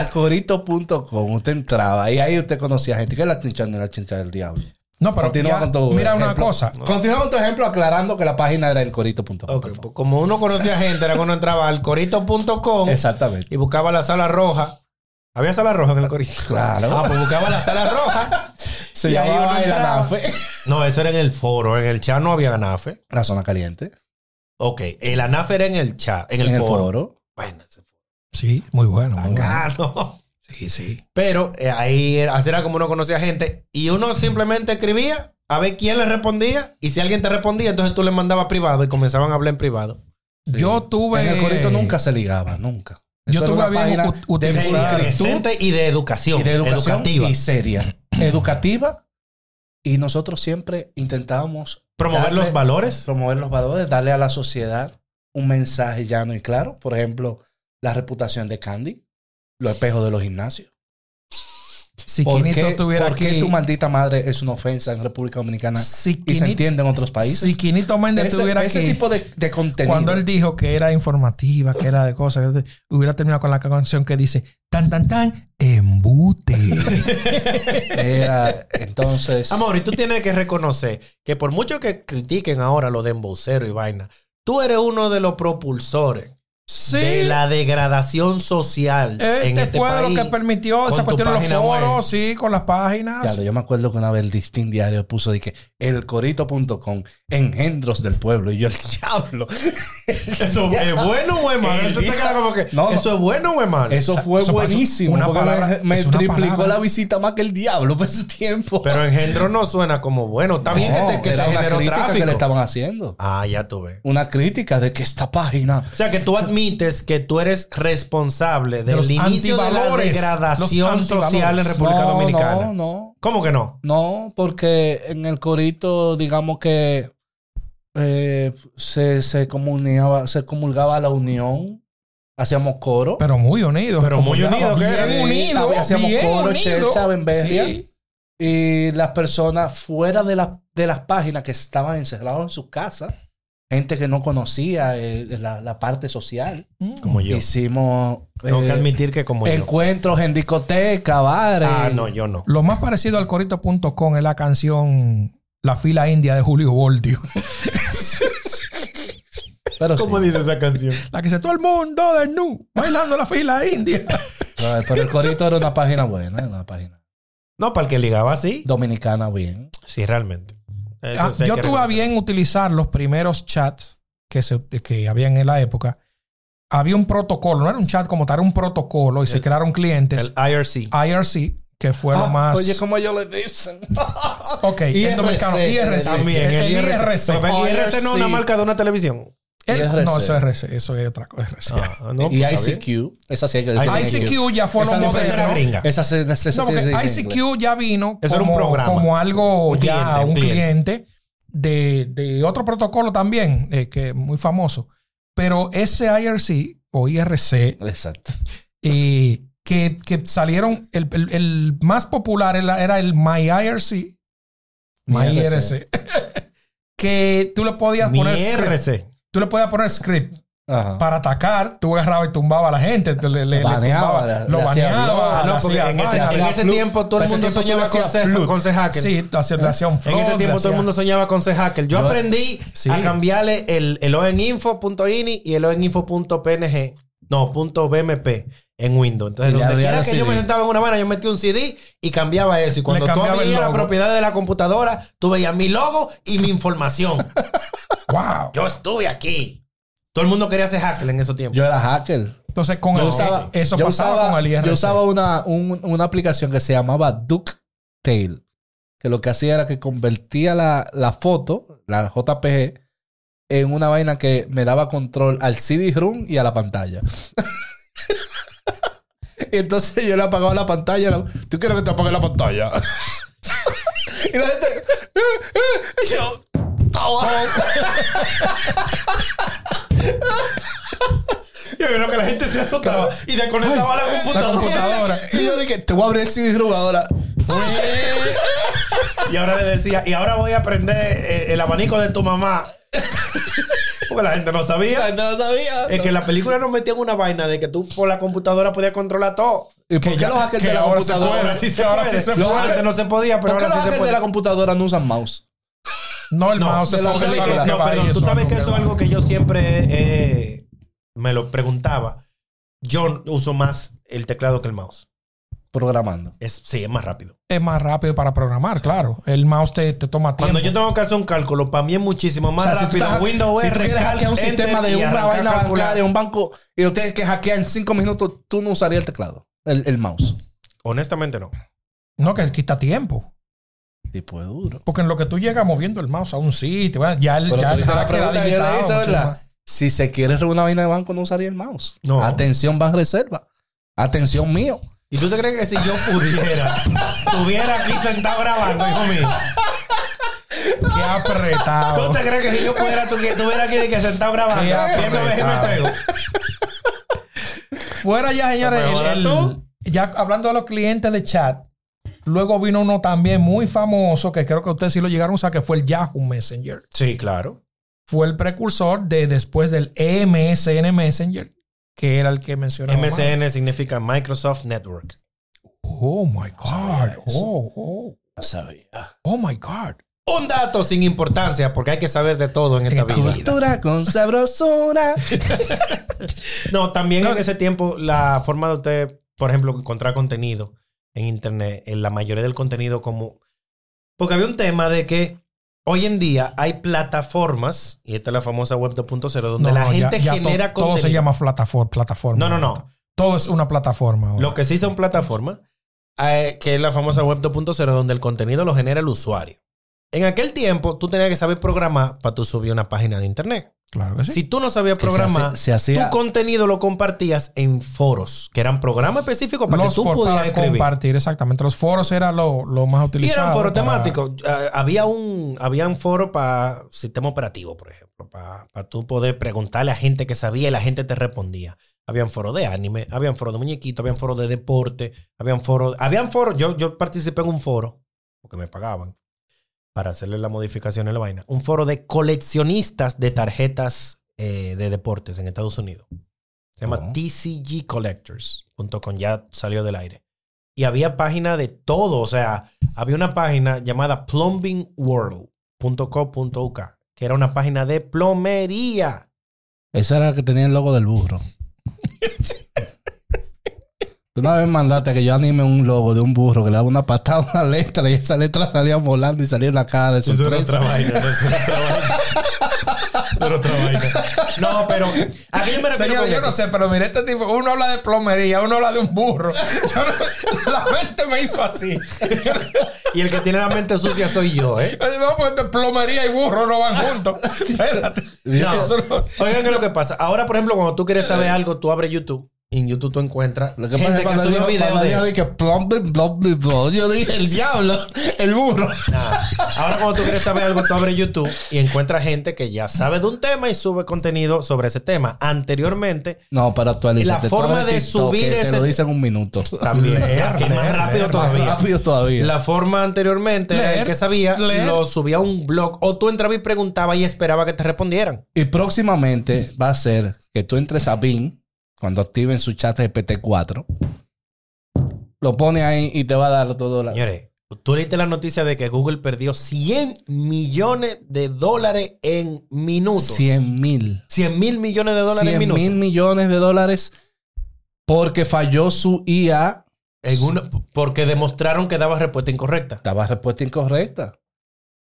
Speaker 3: Alcorito.com, usted entraba y ahí usted conocía gente. que es la chincha? No era la chincha del diablo.
Speaker 2: No, pero
Speaker 3: Continúa
Speaker 2: ya-
Speaker 3: con tu
Speaker 1: eh,
Speaker 2: mira una
Speaker 3: ejemplo.
Speaker 2: cosa.
Speaker 3: Continúa con tu ejemplo aclarando que la página era elcorito.com.
Speaker 1: Ok,
Speaker 3: por favor.
Speaker 1: pues como uno conocía gente era cuando entraba al corito.com
Speaker 3: Exactamente.
Speaker 1: y buscaba la sala roja. Había sala roja en el corito.
Speaker 3: Claro.
Speaker 1: Ah, pues buscaba la sala roja.
Speaker 3: Se
Speaker 1: y ahí
Speaker 3: llamaba
Speaker 1: uno
Speaker 3: el
Speaker 1: entraba.
Speaker 3: ANAFE.
Speaker 1: No, eso era en el foro. En el chat no había anafe.
Speaker 3: La zona caliente.
Speaker 1: Ok, el anafe era en el chat, en el,
Speaker 3: en el
Speaker 1: foro.
Speaker 3: foro.
Speaker 1: Bueno, ese foro.
Speaker 2: Sí, muy bueno. muy bueno.
Speaker 1: Ah, no.
Speaker 2: Sí, sí.
Speaker 1: (laughs) Pero eh, ahí era, así era como uno conocía gente. Y uno simplemente escribía a ver quién le respondía. Y si alguien te respondía, entonces tú le mandabas privado y comenzaban a hablar en privado.
Speaker 2: Yo tuve.
Speaker 3: En el corito nunca se ligaba, nunca.
Speaker 2: Yo
Speaker 3: era
Speaker 2: tuve
Speaker 3: una
Speaker 2: a bien
Speaker 3: página
Speaker 2: ut-
Speaker 3: de
Speaker 1: De
Speaker 2: utilizar
Speaker 3: virtud
Speaker 1: interesante y de educación.
Speaker 3: y de educación
Speaker 1: educativa.
Speaker 3: y seria. (clears throat) educativa. Y nosotros siempre intentábamos
Speaker 1: Promover
Speaker 3: darle-
Speaker 1: los valores.
Speaker 3: promover los valores, darle a la sociedad un mensaje llano y claro. Por ejemplo, la reputación de Candy, los espejos de los gimnasios.
Speaker 2: Si
Speaker 3: ¿Por
Speaker 2: Quinito
Speaker 3: qué,
Speaker 2: estuviera
Speaker 3: por qué
Speaker 2: aquí.
Speaker 3: tu maldita madre es una ofensa en República Dominicana
Speaker 2: si
Speaker 3: y se
Speaker 2: Quinito-
Speaker 3: entiende en otros países?
Speaker 2: Si Quinito Méndez
Speaker 3: ese
Speaker 2: estuviera
Speaker 3: ese
Speaker 2: aquí.
Speaker 3: tipo de, de contenido.
Speaker 2: Cuando él dijo que era informativa, que era de cosas, que- hubiera terminado con la canción que dice tan tan tan
Speaker 1: (laughs)
Speaker 2: embute.
Speaker 3: Era, entonces...
Speaker 1: Amor, y tú tienes que reconocer que por mucho que critiquen ahora lo de emboceros y vaina, tú eres uno de los propulsores de
Speaker 2: sí,
Speaker 1: la degradación social en
Speaker 2: este
Speaker 1: este
Speaker 2: fue
Speaker 1: país.
Speaker 2: lo que permitió
Speaker 1: con
Speaker 2: esa
Speaker 1: tu
Speaker 2: cuestión de los
Speaker 1: página web.
Speaker 2: foros, sí, con las
Speaker 1: Ah,
Speaker 2: páginas.
Speaker 3: Diablo, yo me acuerdo que una vez el Distin Diario puso de que elcorito.com, engendros del pueblo. Y yo, (laughs) el diablo.
Speaker 1: Eso es bueno o es malo.
Speaker 3: El
Speaker 1: Tú te
Speaker 3: día-
Speaker 1: quedas como que,
Speaker 3: No, no.
Speaker 1: eso es bueno o es malo.
Speaker 3: Eso
Speaker 2: Esa-
Speaker 3: fue
Speaker 2: eso pasó.
Speaker 3: buenísimo.
Speaker 2: Una
Speaker 3: porque
Speaker 2: palabra-
Speaker 3: me, me
Speaker 2: es una
Speaker 3: triplicó
Speaker 2: palabra.
Speaker 3: la visita más que el diablo por ese tiempo.
Speaker 1: Pero engendro no suena como bueno. Está bien
Speaker 3: No,
Speaker 1: que te, que
Speaker 3: era
Speaker 1: te
Speaker 3: una
Speaker 1: generó
Speaker 3: crítica que le
Speaker 1: tráfico.
Speaker 3: estaban haciendo.
Speaker 1: Ah, ya tú ves.
Speaker 3: Una crítica de que esta página.
Speaker 1: O sea, que tú admites que tú eres responsable del
Speaker 2: los
Speaker 1: inicio de la
Speaker 2: antivalores,
Speaker 1: degradación
Speaker 2: los
Speaker 1: social en
Speaker 2: antivalores.
Speaker 1: República
Speaker 3: No,
Speaker 1: Dominicana.
Speaker 3: No, no.
Speaker 1: ¿Cómo que no?
Speaker 3: No, porque en el corito, digamos que eh, se, se comunicaba, se comulgaba la unión. Hacíamos coro.
Speaker 2: Pero muy unidos.
Speaker 1: Pero muy
Speaker 2: como ya,
Speaker 1: unidos, ¿qué?
Speaker 2: Bien
Speaker 3: Sí,
Speaker 2: unidos.
Speaker 3: hacíamos
Speaker 2: bien
Speaker 3: coro,
Speaker 2: unidos.
Speaker 3: chercha, bemberria.
Speaker 2: Sí.
Speaker 3: y las personas fuera de, la- de las páginas que estaban encerrados en sus casas gente que no conocía eh, la, la parte social.
Speaker 2: Mm.
Speaker 1: Como yo.
Speaker 3: Hicimos
Speaker 1: Tengo que
Speaker 3: eh,
Speaker 1: admitir que como yo.
Speaker 3: encuentros en discoteca, bares.
Speaker 1: Ah, no, yo no.
Speaker 2: Lo más parecido al corito.com es la canción La fila india de Julio Voltio.
Speaker 3: Pero sí.
Speaker 1: ¿Cómo dice esa canción?
Speaker 2: (laughs) la que se todo el mundo desnudo bailando la fila india.
Speaker 3: Pero- Pero el corito era una página buena, una página
Speaker 1: No, para el que ligaba así.
Speaker 3: dominicana bien.
Speaker 1: Sí, realmente. Eso
Speaker 2: (laughs) Ah,
Speaker 1: sí hay
Speaker 2: yo
Speaker 1: que
Speaker 2: tuve a
Speaker 1: reconocer.
Speaker 2: bien utilizar los primeros chats que, se, que habían en la época. Había un protocolo, no era un chat como tal, era un protocolo y se crearon clientes.
Speaker 1: El IRC.
Speaker 2: IRC, que fue lo
Speaker 3: Ah,
Speaker 2: más.
Speaker 3: Oye, como ellos le
Speaker 2: (laughs)
Speaker 3: dicen.
Speaker 2: ok, en
Speaker 3: IRC,
Speaker 2: dominicano, IRC.
Speaker 1: También,
Speaker 2: el,
Speaker 1: el
Speaker 2: IRC.
Speaker 1: Pero el IRC no es una
Speaker 3: IRC.
Speaker 1: marca de una televisión.
Speaker 2: El-
Speaker 3: IRC.
Speaker 2: No, eso es RC, eso es otra cosa. RC.
Speaker 1: Ah, no,
Speaker 3: y
Speaker 1: pues, está bien.
Speaker 3: ICQ. Esa sí hay que
Speaker 1: Ah,
Speaker 3: decir.
Speaker 2: ICQ ya fue
Speaker 3: Esa
Speaker 2: lo
Speaker 3: no fue
Speaker 1: esa era
Speaker 2: moderno.
Speaker 1: gringa.
Speaker 3: Esa sí, esa, esa
Speaker 2: No,
Speaker 3: sí
Speaker 2: porque
Speaker 3: es en inglés.
Speaker 2: ICQ ya vino
Speaker 1: Eso era un
Speaker 2: como,
Speaker 1: programa.
Speaker 2: como algo
Speaker 1: Un
Speaker 2: ya,
Speaker 1: cliente, un
Speaker 2: un cliente, de, de otro protocolo también, eh, que es muy famoso. Pero ese IRC o IRC,
Speaker 3: Exacto.
Speaker 2: eh, que, que salieron, el, el- el más popular era era el My IRC, My
Speaker 3: Mi IRC.
Speaker 2: IRC, (laughs) que tú le podías
Speaker 1: Mi
Speaker 2: poner script,
Speaker 1: IRC.
Speaker 2: tú le podías poner script
Speaker 3: Ajá.
Speaker 2: para atacar, tú agarrabas y tumbaba a la gente, te- le, le- le
Speaker 3: Baneaba,
Speaker 2: tumbaba,
Speaker 3: le-
Speaker 2: lo
Speaker 3: le hacía blog.
Speaker 2: baneaba,
Speaker 1: Ah,
Speaker 2: le
Speaker 1: no, porque
Speaker 2: hacía
Speaker 1: en ese,
Speaker 2: vaina.
Speaker 3: hacía
Speaker 1: en ese
Speaker 3: flu-
Speaker 1: tiempo todo el
Speaker 3: Ese
Speaker 1: mundo
Speaker 3: tiempo tú le
Speaker 1: soñaba con
Speaker 3: hacías
Speaker 1: ser,
Speaker 2: Flut.
Speaker 1: con ser hacker.
Speaker 2: Sí, le hacía- le hacía un
Speaker 1: En ese
Speaker 2: flood, le
Speaker 1: tiempo todo
Speaker 2: hacía-
Speaker 1: el mundo soñaba con ser hacker. Yo,
Speaker 3: Yo-
Speaker 1: aprendí
Speaker 2: Sí.
Speaker 1: a cambiarle el, el oeninfo.ini y el oeninfo.png. No, punto .bmp en Windows. Entonces,
Speaker 3: Y le
Speaker 1: donde
Speaker 3: abría
Speaker 1: quiera
Speaker 3: los
Speaker 1: que yo me
Speaker 3: CD.
Speaker 1: sentaba en una mano, yo metía un CD y cambiaba eso. Y cuando tú
Speaker 2: cambiaba el
Speaker 1: abrías la
Speaker 2: logo.
Speaker 1: propiedad de la computadora, tú veías mi logo y mi información.
Speaker 2: ¡Wow!
Speaker 1: yo estuve aquí. Todo el mundo quería ser hacker en esos tiempos.
Speaker 3: Yo era hacker.
Speaker 2: Entonces, con
Speaker 3: Yo
Speaker 2: el,
Speaker 3: usaba-
Speaker 2: eso
Speaker 3: yo
Speaker 2: pasaba
Speaker 3: usaba-
Speaker 2: con el IRC.
Speaker 3: Yo usaba una, un- una aplicación que se llamaba DuckTale, que lo que hacía era que convertía la, la foto, la JPG, en una vaina que me daba control al CD-ROOM y a la pantalla. (laughs) y entonces yo le apagaba la pantalla. la- ¿Tú quieres que te apague la pantalla? (laughs) y la gente... "Eh, y yo... "Toma".
Speaker 1: Yo creo que la gente se azotaba y desconectaba la
Speaker 3: La computadora. Y yo dije, te voy a abrir el CD-ROOM ahora. (laughs)
Speaker 1: Y ahora le decía, y ahora voy a aprender eh, el abanico de tu mamá. (laughs) Porque la gente no sabía.
Speaker 3: No sabía.
Speaker 1: Es que en la película nos metían una vaina de que tú por la computadora podías controlar todo.
Speaker 3: ¿Y por qué
Speaker 2: ya-
Speaker 3: los hackers
Speaker 2: que
Speaker 3: de la
Speaker 2: ahora se
Speaker 3: computadora?
Speaker 1: Ahora sí se
Speaker 2: que ahora
Speaker 1: puede.
Speaker 2: sí se puede.
Speaker 1: Antes no se podía, pero
Speaker 3: ¿Por qué
Speaker 1: ahora sí se
Speaker 3: los hackers de
Speaker 1: puede.
Speaker 3: la computadora no usan mouse?
Speaker 2: no, el
Speaker 1: No,
Speaker 2: mouse
Speaker 1: pero
Speaker 2: eso
Speaker 1: tú
Speaker 2: es
Speaker 1: sabes
Speaker 2: algo
Speaker 1: que,
Speaker 2: que
Speaker 1: no,
Speaker 2: va
Speaker 1: perdón,
Speaker 2: ahí,
Speaker 1: tú sabes que eso es
Speaker 2: va.
Speaker 1: algo que yo siempre eh, me lo preguntaba. Yo uso más el teclado que el mouse.
Speaker 3: Programando.
Speaker 1: Es, sí, es más rápido.
Speaker 2: Es más rápido para programar, claro. El mouse te, te toma tiempo.
Speaker 1: Cuando yo tengo que hacer un cálculo, para mí es muchísimo más
Speaker 3: O sea, si tú
Speaker 1: rápido.
Speaker 3: estás-
Speaker 1: Windows
Speaker 3: si tú
Speaker 1: R,
Speaker 3: quieres
Speaker 1: Cal,
Speaker 3: hackear un
Speaker 1: Enter
Speaker 3: sistema de
Speaker 1: y
Speaker 3: una
Speaker 1: arrancar
Speaker 3: vaina
Speaker 1: calcular.
Speaker 3: bancaria, un banco, y lo tienes que hackear en cinco minutos, tú no usarías el teclado, el, el mouse.
Speaker 1: Honestamente no.
Speaker 2: No, que quita tiempo.
Speaker 3: Tipo es duro.
Speaker 2: Porque en lo que tú llegas moviendo el mouse a un sitio, bueno, ya el
Speaker 3: Pero
Speaker 2: ya
Speaker 3: tú
Speaker 2: el
Speaker 3: viste la
Speaker 2: hacker ha
Speaker 3: pregunta que yo le
Speaker 2: digitado
Speaker 3: hice,
Speaker 2: mucho
Speaker 3: ¿verdad?
Speaker 2: más.
Speaker 3: Si se quiere robar una vaina de banco, no usaría el mouse.
Speaker 1: No.
Speaker 3: Atención, Banco Reserva. Atención mío.
Speaker 1: ¿Y tú te crees que si yo
Speaker 3: (laughs)
Speaker 1: pudiera, estuviera aquí sentado grabando, hijo mío?
Speaker 2: Qué
Speaker 1: ¿Tú
Speaker 2: apretado.
Speaker 1: te crees que si yo pudiera, tu- estuviera aquí de que sentado grabando?
Speaker 2: Qué
Speaker 1: Viendo de
Speaker 2: apretado.
Speaker 1: pego.
Speaker 2: Fuera ya, señores.
Speaker 1: No me
Speaker 2: el-
Speaker 1: jodas
Speaker 2: el- ya hablando de los clientes de chat, luego vino uno también muy famoso que creo que ustedes sí lo llegaron a usar, que fue el Yahoo Messenger.
Speaker 1: Sí, claro.
Speaker 2: Fue el precursor de después del MSN Messenger, que era el que mencionaba. Mario.
Speaker 1: MCN significa Microsoft Network.
Speaker 2: Oh my God.
Speaker 3: Sabía eso.
Speaker 2: Oh, oh.
Speaker 3: No sabía.
Speaker 2: Oh my God.
Speaker 1: Un dato sin importancia, porque hay que saber de todo en esta vida.
Speaker 3: Cobertura con sabrosura.
Speaker 1: No, también en ese tiempo, la forma de usted, por ejemplo, encontrar contenido en internet, en la mayoría del contenido como... Porque había un tema de que hoy en día hay plataformas, y esta es la famosa web 2.0, donde
Speaker 2: No,
Speaker 1: la
Speaker 2: no, ya-
Speaker 1: gente
Speaker 2: ya to-
Speaker 1: genera
Speaker 2: todo,
Speaker 1: contenido.
Speaker 2: se llama plataforma, plataforma.
Speaker 1: No, no, no.
Speaker 2: Todo es una plataforma. ahora.
Speaker 1: Lo que sí son plataformas, eh, que es la famosa web 2.0, donde el contenido lo genera el usuario. En aquel tiempo, tú tenías que saber programar para tú subir una página de internet.
Speaker 2: Claro que sí.
Speaker 1: Si tú no sabías programar,
Speaker 3: Se hacía.
Speaker 1: tu contenido lo compartías en foros, que eran programas específicos para que
Speaker 2: Los
Speaker 1: tú
Speaker 2: foros
Speaker 1: pudieras
Speaker 2: para
Speaker 1: escribir.
Speaker 2: compartir, exactamente. Los foros era lo, lo más
Speaker 1: Y
Speaker 2: utilizado.
Speaker 1: eran foros
Speaker 2: para-
Speaker 1: temáticos. Ah, Había un, había un foro para sistema operativo, por ejemplo, para, tú poder preguntarle a gente que sabía y la gente te respondía. Habían foros de anime, habían foros de muñequito, habían foros de deporte, habían foros, habían foros, yo, yo participé en un foro, porque me pagaban, para hacerle la modificación a la vaina, un foro de coleccionistas de tarjetas eh, de deportes en Estados Unidos. Se llama
Speaker 3: ¿Cómo?
Speaker 1: tcgcollectors.com, ya salió del aire. Y había página de todo, o sea, había una página llamada plumbingworld.co.uk, que era una página de plomería.
Speaker 3: Esa era la que tenía el logo del (laughs) burro. Tú una vez mandaste que yo anime un logo de un burro que le daba una patada a una letra y esa letra salía volando y salía en la cara de
Speaker 1: Eso era
Speaker 3: sorpresa.
Speaker 1: otra vaina, no, eso era otra vaina. Eso era otra vaina. No, pero a qué yo me refiero
Speaker 2: Señor,
Speaker 1: con
Speaker 2: yo
Speaker 1: esto?
Speaker 2: no sé, pero mire este tipo, uno habla de plomería, uno habla de un burro. Yo
Speaker 3: (laughs)
Speaker 2: no- la mente me hizo así.
Speaker 1: Y el que tiene la mente sucia soy yo, ¿eh?
Speaker 2: No, pues de plomería y burro no van juntos. Espérate.
Speaker 3: (laughs)
Speaker 1: No.
Speaker 2: Eso no-
Speaker 1: Oigan, ¿qué es lo que pasa? Ahora, por ejemplo, cuando tú quieres saber algo, tú abres YouTube y en YouTube tú encuentras
Speaker 3: Lo que pasa
Speaker 1: gente
Speaker 3: es
Speaker 1: que
Speaker 3: que cuando
Speaker 1: subió
Speaker 3: dijo,
Speaker 1: video
Speaker 3: cuando
Speaker 1: de
Speaker 3: dijo
Speaker 1: eso.
Speaker 3: de que plom, blum, blum, blum, blum, yo dije el diablo, el burro.
Speaker 1: Nada. Ahora, cuando tú quieres saber algo, tú abres YouTube y encuentras gente que ya sabe de un tema y sube contenido sobre ese tema. Anteriormente,
Speaker 3: No, para actualizar.
Speaker 1: La forma de subir
Speaker 3: Te
Speaker 1: ese-
Speaker 3: lo dicen en un minuto.
Speaker 1: también, que es más
Speaker 2: leer,
Speaker 1: rápido (laughs)
Speaker 2: leer,
Speaker 1: todavía.
Speaker 3: Rápido todavía.
Speaker 1: La forma anteriormente era
Speaker 2: Leer,
Speaker 1: el que sabía
Speaker 2: leer.
Speaker 1: lo subía a un blog o tú entrabas y preguntabas y esperaba que te respondieran.
Speaker 3: Y próximamente va a ser que tú entres a Bing, cuando activen su chat de PT4, lo pone ahí y te va a dar todo la...
Speaker 1: Señores, tú leíste la noticia de que Google perdió 100 millones de dólares en minutos.
Speaker 3: 100 mil.
Speaker 1: 100 mil millones de dólares en
Speaker 3: 100
Speaker 1: minutos.
Speaker 3: mil millones de dólares porque falló su IA.
Speaker 1: En uno- porque demostraron que daba respuesta incorrecta.
Speaker 3: Estaba respuesta incorrecta.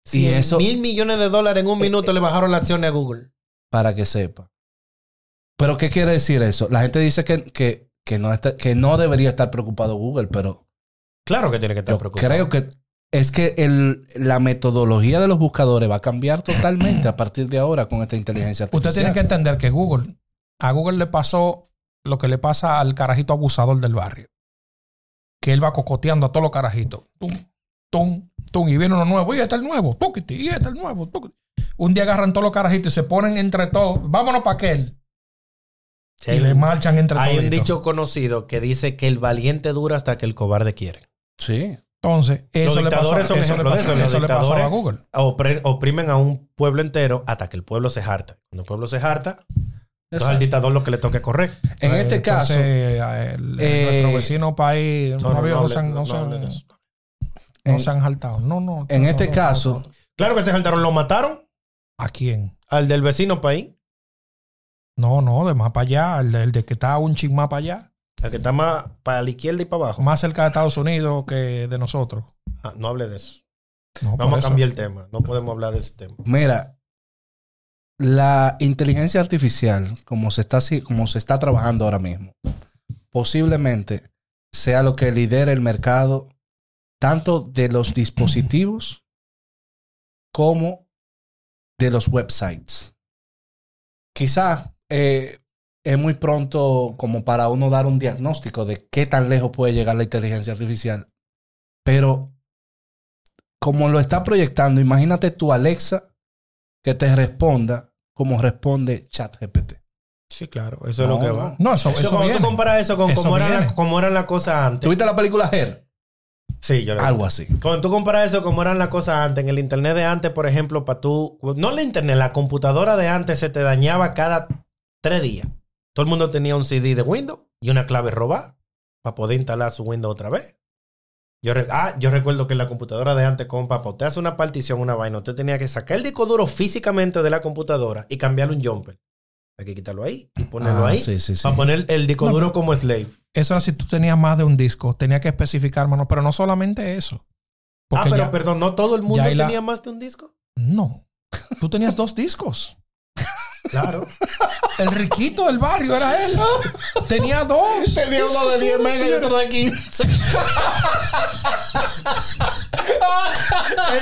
Speaker 1: 100
Speaker 3: eso- Eh,
Speaker 1: mil millones de dólares en un minuto le bajaron la acción a Google.
Speaker 3: para que sepa. Pero, ¿qué quiere decir eso? La gente dice que, que, que no, está- que no debería estar preocupado Google, pero
Speaker 1: Claro que tiene que estar
Speaker 3: yo
Speaker 1: preocupado.
Speaker 3: creo que es que el- la metodología de los buscadores va a cambiar totalmente a partir de ahora con esta inteligencia artificial.
Speaker 2: Usted tiene que entender que Google, a Google le pasó lo que le pasa al carajito abusador del barrio. Que él va cocoteando a todos los carajitos. Tum, tum, tum. Y viene uno nuevo. Y este es el nuevo. Tuquiti, y este es el nuevo. tuquiti. Un día agarran todos los carajitos y se ponen entre todos. Vámonos para aquel.
Speaker 1: Sí,
Speaker 2: y le marchan entre todos.
Speaker 1: hay un dicho conocido que dice que el valiente dura hasta que el cobarde quiere.
Speaker 3: Sí.
Speaker 2: Entonces, eso le pasó,
Speaker 1: dictadores son
Speaker 2: eso le
Speaker 1: ejemplo de
Speaker 2: pasó-
Speaker 1: eso. Los
Speaker 2: eso le pasó
Speaker 1: dictadores-
Speaker 2: a Google.
Speaker 1: Opre- oprimen a un pueblo entero hasta que el pueblo se harta. Cuando el pueblo se harta, entonces al
Speaker 3: Exacto.
Speaker 1: dictador lo que le toque es correr.
Speaker 3: En
Speaker 2: Eh,
Speaker 3: este
Speaker 2: entonces,
Speaker 3: caso,
Speaker 2: eh, el-
Speaker 3: eh,
Speaker 2: nuestro vecino país, no, había- no
Speaker 1: hable-
Speaker 2: se han- no
Speaker 1: no
Speaker 2: se han-
Speaker 1: hable de eso.
Speaker 2: no
Speaker 3: En-
Speaker 2: se han jaltado. No, no.
Speaker 3: en
Speaker 2: no,
Speaker 3: este
Speaker 2: no, no.
Speaker 3: caso,
Speaker 1: Claro que se saltaron, lo mataron
Speaker 2: ¿A quién?
Speaker 1: al del vecino país,
Speaker 2: No, no, de más para allá, el, de- el de que está un ching más para allá,
Speaker 1: al que está más para la izquierda y para abajo.
Speaker 2: más cerca de Estados Unidos que de nosotros.
Speaker 1: Ah, no hable de eso.
Speaker 2: No, por
Speaker 1: Vamos
Speaker 2: eso.
Speaker 1: a cambiar el tema. No podemos hablar de ese tema.
Speaker 3: mira, la inteligencia artificial, como se está, así- como se está trabajando ahora mismo, posiblemente sea lo que lidere el mercado tanto de los dispositivos como de los websites. Quizás eh, es muy pronto como para uno dar un diagnóstico de qué tan lejos puede llegar la inteligencia artificial, pero como lo está proyectando, imagínate tu Alexa que te responda como responde ChatGPT.
Speaker 1: Sí, claro. Eso es
Speaker 3: No,
Speaker 1: lo que
Speaker 3: no.
Speaker 1: va.
Speaker 2: No, eso,
Speaker 1: Eso,
Speaker 2: eso
Speaker 1: cuando
Speaker 2: viene.
Speaker 1: tú comparas eso con
Speaker 2: Eso
Speaker 1: cómo eran,
Speaker 2: viene.
Speaker 1: las- cómo eran las cosas antes.
Speaker 3: ¿Tuviste la película Her?
Speaker 1: Sí, yo lo vi.
Speaker 3: Algo así.
Speaker 1: Cuando tú comparas eso, como eran las cosas antes, en el internet de antes, por ejemplo, para tú, no la internet, la computadora de antes se te dañaba cada tres días. Todo el mundo tenía un CD de Windows y una clave robada para poder instalar su Windows otra vez. Yo re- ah, yo recuerdo que en la computadora de antes, compa, para usted hacer una partición, una vaina, usted tenía que sacar el disco duro físicamente de la computadora y cambiarle un jumper. Hay que quitarlo ahí y ponerlo
Speaker 3: Ah,
Speaker 1: ahí.
Speaker 3: sí, sí, sí.
Speaker 1: Para poner el disco
Speaker 2: No,
Speaker 1: duro como slave. Ah,
Speaker 2: Eso era si tú tenías más de un disco, tenía que especificar, hermano, pero no solamente eso.
Speaker 1: Ah,
Speaker 2: Porque
Speaker 1: pero
Speaker 2: ya-
Speaker 1: perdón, ¿no todo el mundo
Speaker 2: ahí la-
Speaker 1: tenía más de un disco?
Speaker 2: No, tú tenías dos discos.
Speaker 1: Claro.
Speaker 2: El riquito del barrio era él. Tenía
Speaker 1: (laughs)
Speaker 2: dos.
Speaker 3: Tenía uno de 10 megas y otro de
Speaker 2: (laughs)
Speaker 3: 15.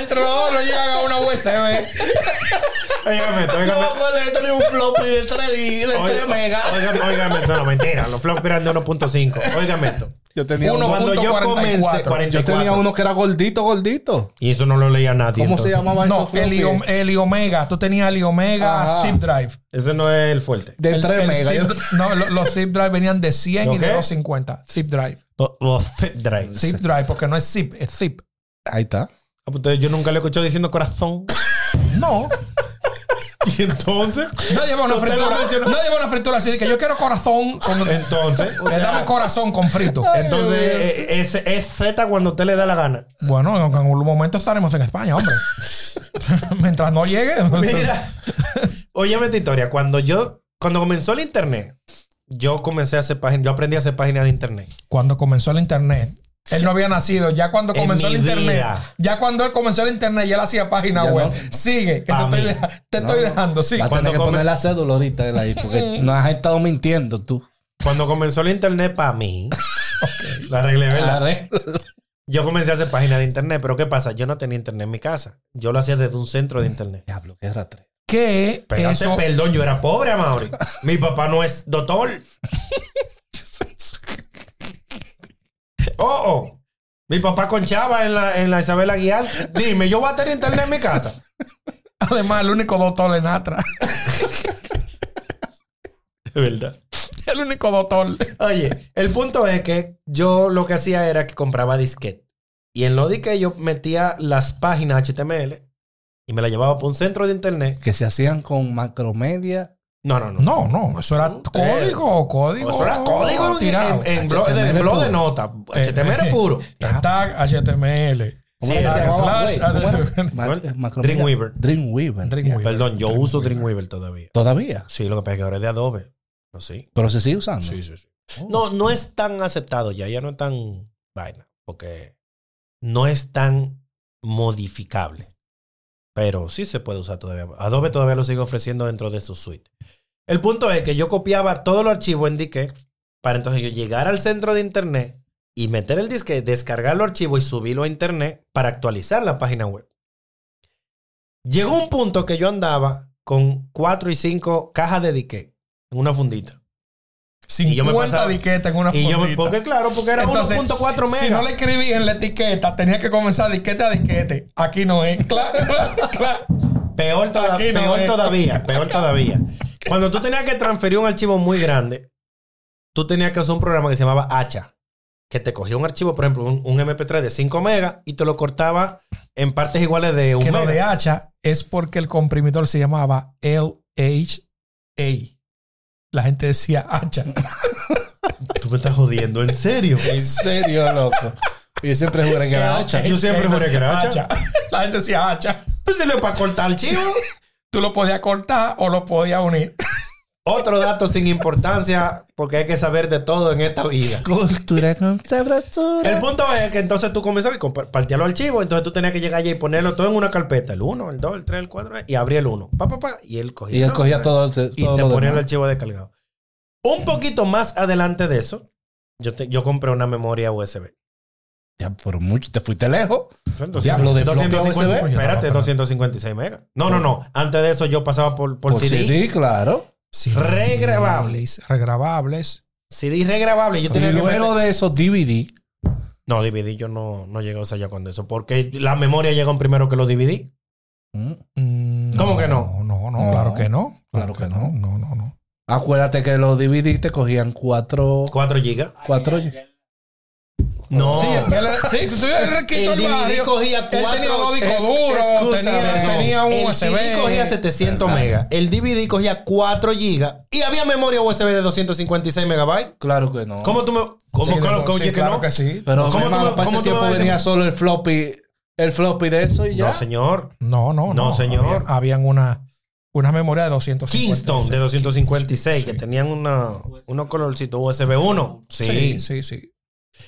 Speaker 2: Entre los dos no llegan a una USB.
Speaker 1: Óigame, esto, óigame.
Speaker 3: Yo tenía un floppy de 3, de
Speaker 1: Oiga- Óigame, óigame esto, no, mentira. Los flops eran de 1.5. Óigame esto.
Speaker 3: Yo tenía
Speaker 2: Uno-
Speaker 3: uno.
Speaker 1: Cuando yo
Speaker 2: 1.44.
Speaker 1: comencé,
Speaker 3: Yo
Speaker 1: 44.
Speaker 3: tenía uno que era gordito, gordito.
Speaker 1: Y eso no lo leía nadie.
Speaker 3: ¿Cómo se
Speaker 1: entonces.
Speaker 3: llamaba
Speaker 2: No,
Speaker 3: eso?
Speaker 2: el, y Om- el y Omega. Tú tenías el y Omega
Speaker 3: Ajá.
Speaker 2: Zip Drive.
Speaker 1: Ese no es el fuerte.
Speaker 3: De
Speaker 2: El-
Speaker 3: 3
Speaker 2: el
Speaker 3: megas.
Speaker 2: zip- (laughs) no, lo- los zip drive venían de 100 y
Speaker 1: ¿Lo
Speaker 2: de
Speaker 1: qué?
Speaker 2: 250. Zip drive.
Speaker 1: Los zip drives.
Speaker 2: Zip drive, porque no es zip, es zip.
Speaker 3: Ahí está.
Speaker 1: Ah, pues, entonces, Yo nunca le he escuchado diciendo corazón. (laughs)
Speaker 2: No,
Speaker 1: Y entonces,
Speaker 2: (laughs) nadie va a una
Speaker 1: Usted lo
Speaker 2: fritura.
Speaker 1: mencionó.
Speaker 2: Nadie va a una fritura así de que yo quiero corazón con.
Speaker 1: (laughs) entonces,
Speaker 2: Le dame corazón con frito.
Speaker 1: entonces eh, es, es Z cuando usted le da la gana.
Speaker 2: Bueno, en algún momento estaremos en
Speaker 1: (laughs)
Speaker 2: España, hombre. Mientras no llegue.
Speaker 1: Mira,
Speaker 3: (laughs)
Speaker 1: óyeme esta historia. Cuando yo, cuando comenzó el internet, yo comencé a hacer páginas, yo aprendí a hacer páginas de internet.
Speaker 2: Cuando comenzó el internet. Él no había nacido. Ya cuando
Speaker 1: En
Speaker 2: comenzó el
Speaker 1: mi
Speaker 2: internet.
Speaker 1: vida.
Speaker 2: Ya cuando él comenzó el internet, ya él hacía página
Speaker 3: Ya no.
Speaker 2: web. Sigue, que te
Speaker 1: Pa'
Speaker 2: estoy,
Speaker 1: mí.
Speaker 2: deja- te
Speaker 3: No,
Speaker 2: estoy
Speaker 3: no.
Speaker 2: dejando. Sí.
Speaker 3: Va a tener
Speaker 1: cuando
Speaker 3: que
Speaker 1: come-
Speaker 3: poner la cédula ahorita él
Speaker 1: (laughs)
Speaker 3: ahí, porque nos has estado mintiendo tú.
Speaker 1: Cuando comenzó el internet para mí, la arreglé, ¿verdad?
Speaker 3: Arre-
Speaker 1: Yo comencé a hacer páginas de internet, pero ¿qué pasa? Yo no tenía internet en mi casa. Yo lo hacía desde un centro de internet.
Speaker 3: Diablo, qué rastreo.
Speaker 2: Que
Speaker 1: Pero
Speaker 2: eso.
Speaker 1: perdón, yo era pobre, Amaury. Mi papá no es doctor. Oh, oh. Mi papá conchaba en la, en la Isabel Aguilar. Dime, ¿yo voy a tener internet en mi casa?
Speaker 2: (laughs) Además, el único doctor en Atra. (laughs)
Speaker 1: De verdad.
Speaker 2: El único doctor.
Speaker 1: Oye, el punto es que yo lo que hacía era que compraba disquete. Y en lo que yo metía las páginas HTML y me las llevaba para un centro de internet.
Speaker 3: Que se hacían con macromedia.
Speaker 1: No, no, no.
Speaker 2: No, no. Eso era código, código.
Speaker 1: Eso era código en,
Speaker 2: tirado.
Speaker 1: en- en blog,
Speaker 3: HTML
Speaker 1: en blog de
Speaker 3: puro.
Speaker 1: nota. HTML puro.
Speaker 2: Tag HTML.
Speaker 3: ¿Cómo
Speaker 1: Sí,
Speaker 3: era que se llamaba,
Speaker 2: slash,
Speaker 3: güey? ¿Cómo era?
Speaker 2: slash,
Speaker 3: Ma-
Speaker 1: Dreamweaver.
Speaker 3: macromedia.
Speaker 1: Dreamweaver.
Speaker 3: Dreamweaver.
Speaker 2: Dreamweaver.
Speaker 1: Perdón, yo uso Dreamweaver todavía.
Speaker 3: Todavía.
Speaker 1: Sí, lo que pasa es que ahora es de Adobe. No, sí.
Speaker 3: Pero se sigue usando.
Speaker 1: Sí, sí, sí. No, no es tan aceptado ya, ya no es tan vaina, porque no es tan modificable. Pero sí se puede usar todavía. Adobe todavía lo sigue ofreciendo dentro de su suite. El punto es que yo copiaba todos los archivos en disquete para entonces yo llegar al centro de internet y meter el disque, descargar los archivos y subirlo a internet para actualizar la página web. Llegó un punto que yo andaba con cuatro y cinco cajas de disquete en una fundita.
Speaker 2: 50
Speaker 1: Y yo me pasaba-
Speaker 2: disquetas en una
Speaker 1: Y yo, me-
Speaker 2: fondita.
Speaker 1: porque claro, porque era
Speaker 2: Entonces,
Speaker 1: 1.4 megas.
Speaker 2: Si no le escribí en la etiqueta, tenía que comenzar disquete a disquete. Aquí no es. (laughs) Cla, cla, cla.
Speaker 1: Peor, toda-
Speaker 2: Aquí no
Speaker 1: peor
Speaker 2: es.
Speaker 1: todavía, peor
Speaker 2: (laughs)
Speaker 1: todavía. Cuando tú tenías que transferir un archivo muy grande, tú tenías que usar un programa que se llamaba Hacha, que te cogía un archivo, por ejemplo, un, un MP3 de 5 megas y te lo cortaba en partes iguales de un
Speaker 2: Que lo
Speaker 1: mega.
Speaker 2: de hacha es porque el comprimidor se llamaba LHA. La gente decía hacha.
Speaker 1: Tú me estás jodiendo, en
Speaker 2: (laughs)
Speaker 1: serio.
Speaker 3: En serio, loco. Yo siempre juré que era
Speaker 2: (laughs)
Speaker 3: hacha.
Speaker 1: Yo siempre juré que era hacha.
Speaker 2: La gente decía hacha.
Speaker 1: Pues sirve para cortar archivos.
Speaker 2: Tú lo podías cortar o lo podías unir.
Speaker 1: Otro dato sin importancia, porque hay que saber de todo en esta vida.
Speaker 3: Cultura con
Speaker 1: El
Speaker 3: sabrosura.
Speaker 1: punto es que entonces tú comenzabas y compartías los archivos, entonces tú tenías que llegar allá y ponerlo todo en una carpeta, el 1, el 2, el 3, el 4, y abría el 1, pa, pa, pa, y él cogía.
Speaker 3: Y él
Speaker 1: el
Speaker 3: cogía
Speaker 1: otro,
Speaker 3: todo, el-
Speaker 1: Y
Speaker 3: todo
Speaker 1: te
Speaker 3: lo
Speaker 1: ponía el
Speaker 3: demás.
Speaker 1: archivo descargado. Un poquito más adelante de eso, yo, te- yo compré una memoria USB.
Speaker 3: Ya, por mucho. Te fuiste lejos.
Speaker 1: Son
Speaker 3: Diablo, de floppy
Speaker 1: 250,
Speaker 3: USB.
Speaker 1: Espérate, 256 megas. No, no, no. Antes de eso yo pasaba por, por,
Speaker 3: Por
Speaker 1: CD.
Speaker 3: CD, claro.
Speaker 2: Sí,
Speaker 1: Regrabables.
Speaker 2: Regrabables.
Speaker 1: CD regrabable. Yo
Speaker 3: Y
Speaker 1: tenía que meter-
Speaker 3: luego de esos DVD.
Speaker 1: No, DVD yo no, no llegué a usar ya cuando eso. Porque la memoria llegó primero que los DVD.
Speaker 3: Mm.
Speaker 2: Mm,
Speaker 1: ¿Cómo que no?
Speaker 2: No, no, no,
Speaker 3: No.
Speaker 2: claro que no.
Speaker 3: Claro que no.
Speaker 2: No, no, no.
Speaker 3: Acuérdate que los DVD te cogían cuatro.
Speaker 1: 4 gigas.
Speaker 3: cuatro
Speaker 1: No.
Speaker 2: Sí, él era- sí, tú tuvieras el
Speaker 1: El
Speaker 2: riquito del
Speaker 1: DVD
Speaker 2: barrio.
Speaker 1: cogía
Speaker 2: tenía
Speaker 1: cuatro
Speaker 2: dos discos
Speaker 1: es-
Speaker 2: duros,
Speaker 1: excusa,
Speaker 2: tenía-
Speaker 1: perdón.
Speaker 2: tenía un
Speaker 1: el
Speaker 2: USB.
Speaker 1: CD cogía 700 megas. El DVD cogía 4 gigas. Y había memoria USB de 256 megabytes.
Speaker 3: Claro que no.
Speaker 1: ¿Cómo tú me.? ¿Cómo
Speaker 2: Oh. Sí,
Speaker 1: claro,
Speaker 2: no,
Speaker 1: coño,
Speaker 2: sí,
Speaker 1: que
Speaker 2: claro
Speaker 1: no?
Speaker 2: que sí.
Speaker 3: Pero
Speaker 1: ¿Cómo
Speaker 3: ¿cómo
Speaker 1: tú-
Speaker 3: hermano, para
Speaker 1: cómo tú
Speaker 3: ese
Speaker 1: me
Speaker 3: tiempo
Speaker 1: vas a
Speaker 3: venía solo el floppy, el floppy de eso y ya.
Speaker 1: No, señor.
Speaker 2: No, no, no.
Speaker 1: No, señor.
Speaker 2: Habían, habían una, una memoria de 256.
Speaker 1: Kingston de 256,
Speaker 2: Sí.
Speaker 1: que tenían una, unos colorcitos USB 1. Sí.
Speaker 2: Sí, sí, sí.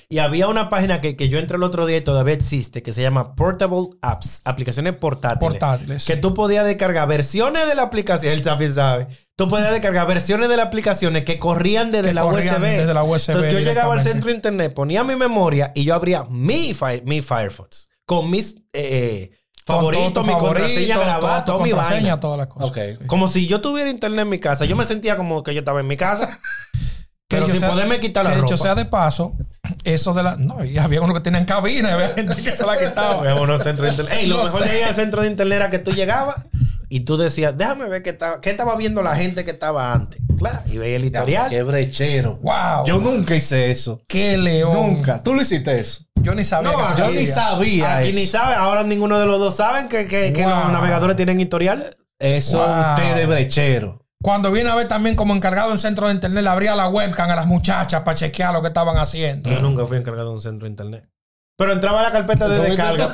Speaker 1: Y había una página que, que yo entré el otro día y todavía existe, que se llama Portable Apps, aplicaciones portátiles.
Speaker 2: Portátiles.
Speaker 1: que tú podías descargar versiones de la aplicación. El Safi sabe. Tú podías descargar versiones de las aplicaciones que corrían desde
Speaker 2: Que
Speaker 1: la
Speaker 2: corrían
Speaker 1: USB.
Speaker 2: desde la USB
Speaker 1: Entonces yo llegaba al
Speaker 2: directamente.
Speaker 1: centro de internet, ponía mi memoria y yo abría mi, Fi- mi Firefox con mis eh, eh,
Speaker 2: Con todo tu
Speaker 1: favoritos, mi
Speaker 2: favorito,
Speaker 1: contraseña
Speaker 2: todo
Speaker 1: grabada,
Speaker 2: tu
Speaker 1: toda mi
Speaker 2: contraseña,
Speaker 1: vaina.
Speaker 2: todas las cosas.
Speaker 3: Ok.
Speaker 2: Sí.
Speaker 1: Como si yo tuviera internet en mi casa. Yo me sentía como que yo estaba en mi casa.
Speaker 2: (laughs) Que
Speaker 1: pero
Speaker 2: yo
Speaker 1: sin
Speaker 2: sea-
Speaker 1: poderme quitar la
Speaker 2: que
Speaker 1: ropa.
Speaker 2: yo sea de paso, eso de la. No, y había uno que tenía en cabina,
Speaker 1: (laughs)
Speaker 2: y había gente que se la quitaba.
Speaker 1: Vemos unos centros de internet. Ey, lo
Speaker 2: No
Speaker 1: mejor
Speaker 2: sé.
Speaker 1: de ahí al centro de internet era que tú llegabas y tú decías, déjame ver qué estaba, qué estaba viendo la gente que estaba antes. Claro, y veía el
Speaker 3: Ya,
Speaker 1: historial.
Speaker 3: Qué brechero.
Speaker 2: ¡Wow!
Speaker 3: Yo nunca hice eso.
Speaker 2: ¡Qué león!
Speaker 3: Nunca. Tú lo hiciste eso.
Speaker 2: yo ni sabía.
Speaker 1: No,
Speaker 2: que eso
Speaker 3: Yo
Speaker 2: se
Speaker 3: ni
Speaker 2: hacía.
Speaker 3: sabía
Speaker 1: Aquí ni
Speaker 3: eso.
Speaker 1: sabe, ahora ninguno de los dos saben que, que- que
Speaker 2: Wow.
Speaker 1: los navegadores tienen historial.
Speaker 3: Eso
Speaker 2: Wow.
Speaker 3: Eh, ustedes brechero.
Speaker 2: Cuando vine a ver también como encargado de un centro de internet, le abría la webcam a las muchachas para chequear lo que estaban haciendo.
Speaker 1: Yo nunca fui encargado de un centro de internet. Pero entraba a la carpeta de
Speaker 3: Eso me
Speaker 1: descarga.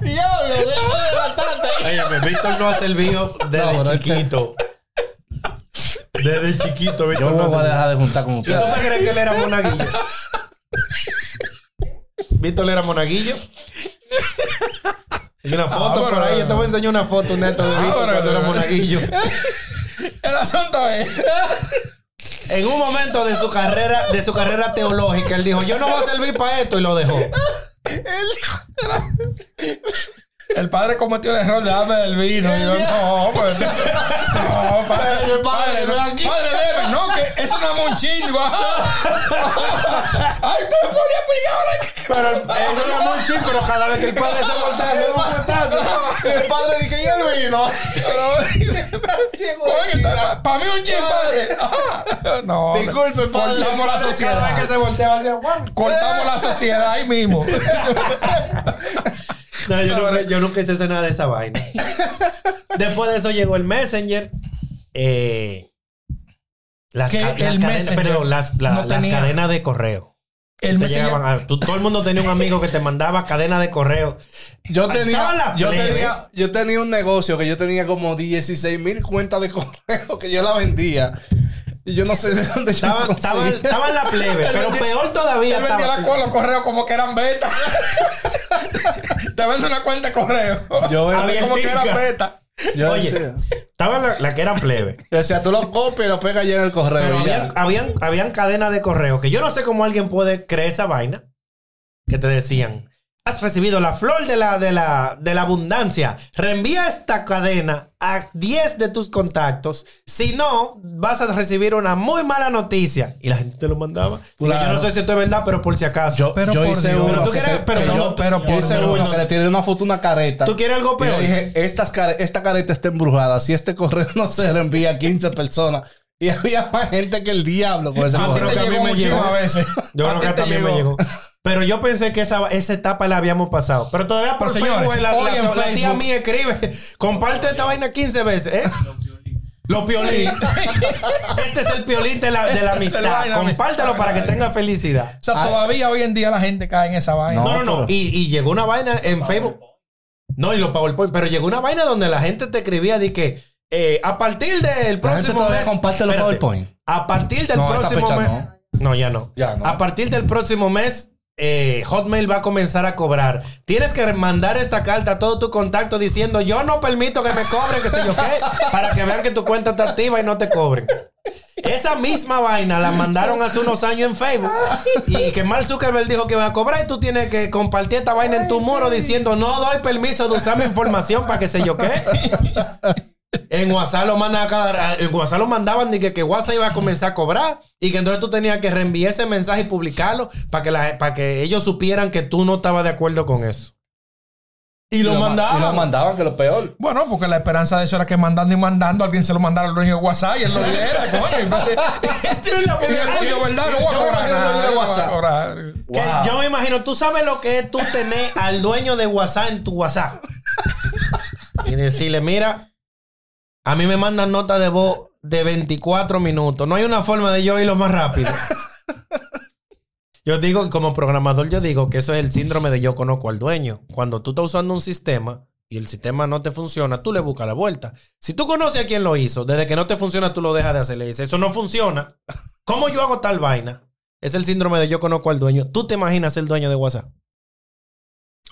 Speaker 3: Diablo, déjame levantarte.
Speaker 1: Óyeme, Víctor no ha servido desde
Speaker 3: No, pero este-
Speaker 1: chiquito. Desde chiquito,
Speaker 3: Yo
Speaker 1: Víctor
Speaker 3: no
Speaker 1: no ha
Speaker 3: voy a
Speaker 1: servido.
Speaker 3: dejar de juntar con
Speaker 1: ¿Y tú
Speaker 3: ustedes.
Speaker 1: me crees que él era monaguillo? ¿Víctor era monaguillo? Hay una foto
Speaker 2: Ahora.
Speaker 1: por ahí. Yo te voy a enseñar una foto neta de Víctor
Speaker 2: Ahora.
Speaker 1: cuando era monaguillo.
Speaker 2: El asunto es.
Speaker 1: En un momento de su carrera, de su carrera teológica, él dijo: Yo no voy a servir para esto y lo dejó.
Speaker 2: El, el padre cometió el error de darme el vino. Y yo, no, pues. No, padre, padre,
Speaker 3: Padre,
Speaker 2: padre,
Speaker 3: ven aquí.
Speaker 2: bebe. No, que eso no es un chingo. Ay, te pone a pillar ahora.
Speaker 1: Pero el- eso era muy chico, pero cada vez que el padre se voltaba, le daba un puertazo.
Speaker 3: El padre dice que ya el vino.
Speaker 2: Para mí un chin, padre. Ajá. No. hombre.
Speaker 3: Disculpe, padre.
Speaker 2: Cortamos la
Speaker 1: Cada vez que
Speaker 2: sociedad.
Speaker 1: se volteaba, hacía Juan.
Speaker 2: Cortamos la sociedad ahí mismo.
Speaker 1: No,
Speaker 2: (laughs)
Speaker 1: yo, nunca, yo nunca hice nada de esa vaina. Después de eso llegó el Messenger. eh, las,
Speaker 2: Que
Speaker 1: ca-
Speaker 2: el
Speaker 1: las cadenas,
Speaker 2: Messenger
Speaker 1: perdón, las, la-
Speaker 2: no
Speaker 1: las
Speaker 2: tenía-
Speaker 1: cadenas de correo.
Speaker 2: El
Speaker 1: Te
Speaker 2: messenger-
Speaker 1: llegaban a- tú- todo el mundo tenía un amigo que te mandaba cadena de correo.
Speaker 3: Yo
Speaker 1: Estaba
Speaker 3: tenía,
Speaker 1: la
Speaker 3: yo,
Speaker 1: plebe.
Speaker 3: tenía, yo tenía un negocio que yo tenía como 16 mil cuentas de (laughs) correo que yo la vendía. Y yo no sé de dónde yo
Speaker 2: (laughs)
Speaker 1: Estaba,
Speaker 3: la
Speaker 1: estaba,
Speaker 3: conseguí.
Speaker 1: estaba en la plebe, pero peor todavía
Speaker 2: Él vendía
Speaker 1: estaba.
Speaker 2: la cola, los correos como que
Speaker 1: (laughs)
Speaker 2: eran beta. Te vendo una cuenta de correo.
Speaker 3: (laughs) Yo vendía-
Speaker 2: Había como que eran
Speaker 1: Abiertica.
Speaker 2: beta.
Speaker 3: Yo
Speaker 1: Oye,
Speaker 3: decía,
Speaker 1: estaba la, la que eran plebe.
Speaker 3: yo decía, tú lo copias y lo pegas allá en el correo.
Speaker 1: Pero
Speaker 3: y ya.
Speaker 1: habían, habían, habían cadenas de correo que yo no sé cómo alguien puede creer esa vaina. Que te decían, has recibido la flor de la, de la, de la abundancia. Reenvía esta cadena a 10 de tus contactos. Si no, vas a recibir una muy mala noticia. Y la gente te lo mandaba. Digo,
Speaker 3: Claro.
Speaker 1: yo no sé si esto es verdad, pero por si acaso.
Speaker 2: Pero
Speaker 3: yo
Speaker 2: por
Speaker 3: hice
Speaker 2: Dios.
Speaker 3: uno.
Speaker 1: Pero tú
Speaker 3: que
Speaker 1: quieres-
Speaker 3: se-
Speaker 1: pero
Speaker 3: que
Speaker 1: no,
Speaker 3: yo,
Speaker 2: pero
Speaker 3: yo
Speaker 2: por
Speaker 3: hice
Speaker 2: Dios.
Speaker 3: uno que le tiré una foto, una careta.
Speaker 1: ¿Tú quieres algo
Speaker 3: Y yo
Speaker 1: peor?
Speaker 3: dije, Estas care- esta careta está embrujada. Si este correo (laughs) no se le envía a 15 personas. Y había más gente que el diablo con ese
Speaker 1: Yo
Speaker 3: correo.
Speaker 1: creo Ah, que a mí me llegó.
Speaker 2: muchísimas veces.
Speaker 1: Yo
Speaker 2: A
Speaker 1: creo
Speaker 2: ti
Speaker 1: que
Speaker 2: te
Speaker 1: también me llegó. Pero yo pensé que esa, esa etapa la habíamos pasado. Pero todavía por
Speaker 2: Pero, señores,
Speaker 1: Facebook, la,
Speaker 2: hoy
Speaker 1: la-
Speaker 2: en
Speaker 1: la tía
Speaker 2: Facebook.
Speaker 1: mía escribe, (laughs) comparte esta vaina 15 veces, ¿eh? Los piolín. (laughs) este es el piolín de la, de la
Speaker 2: Este es el
Speaker 1: amistad.
Speaker 2: vaina de
Speaker 1: Compártelo
Speaker 2: amistad,
Speaker 1: para que
Speaker 2: caray.
Speaker 1: tenga felicidad.
Speaker 2: O sea, todavía hoy en día la gente cae en esa vaina.
Speaker 1: Ah. No, no, no.
Speaker 3: pero-
Speaker 1: Y, y llegó una vaina en Facebook. No, y los PowerPoint. Pero llegó una vaina donde la gente te escribía de que eh, a partir del próximo
Speaker 3: gente todavía
Speaker 1: mes-
Speaker 3: comparte los
Speaker 1: Espérate.
Speaker 3: PowerPoint.
Speaker 1: A partir del
Speaker 3: No, esta
Speaker 1: próximo
Speaker 3: fecha
Speaker 1: mes.
Speaker 3: no.
Speaker 1: No, ya no.
Speaker 3: Ya no.
Speaker 1: A partir del próximo mes, eh, Hotmail va a comenzar a cobrar. Tienes que mandar esta carta a todo tu contacto diciendo yo no permito que me cobren, que sé yo
Speaker 3: (laughs)
Speaker 1: qué, para que vean que tu cuenta está activa y no te cobren. Esa misma vaina la mandaron hace unos años en Facebook y que Mark Zuckerberg dijo que va a cobrar y tú tienes que compartir esta vaina en tu muro diciendo no doy permiso de usar mi información para que sé yo qué. En WhatsApp lo mandan a cada- en WhatsApp lo mandaban y que, que WhatsApp iba a comenzar a cobrar y que entonces tú tenías que reenviar ese mensaje y publicarlo para que, la- para que ellos supieran que tú no estabas de acuerdo con eso. Y lo,
Speaker 3: ma-
Speaker 1: mandaban.
Speaker 3: Y
Speaker 1: (laughs)
Speaker 3: lo mandaban, que es lo peor.
Speaker 2: Bueno, porque la esperanza de eso era que mandando y mandando alguien se lo mandara al dueño de WhatsApp y él lo diera, coño. Y madre- y el dueño, ¿verdad? No voy
Speaker 3: Yo
Speaker 2: a
Speaker 3: me
Speaker 2: cobrar
Speaker 3: imagino el
Speaker 2: nada,
Speaker 3: dueño de
Speaker 2: no voy a
Speaker 3: WhatsApp.
Speaker 2: cobrar.
Speaker 1: Que
Speaker 3: Wow.
Speaker 1: Yo me imagino, tú sabes lo que es tú tener al dueño de WhatsApp en tu WhatsApp. Y decirle, mira, a mí me mandan nota de voz de 24 minutos. No hay una forma de yo irlo más rápido. Yo digo, como programador, yo digo que eso es el síndrome de yo conozco al dueño. Cuando tú estás usando un sistema y el sistema no te funciona, tú le buscas la vuelta. Si tú conoces a quien lo hizo, desde que no te funciona, tú lo dejas de hacer. Le dices, eso no funciona. ¿Cómo yo hago tal vaina? Es el síndrome de yo conozco al dueño. ¿Tú te imaginas ser dueño de WhatsApp?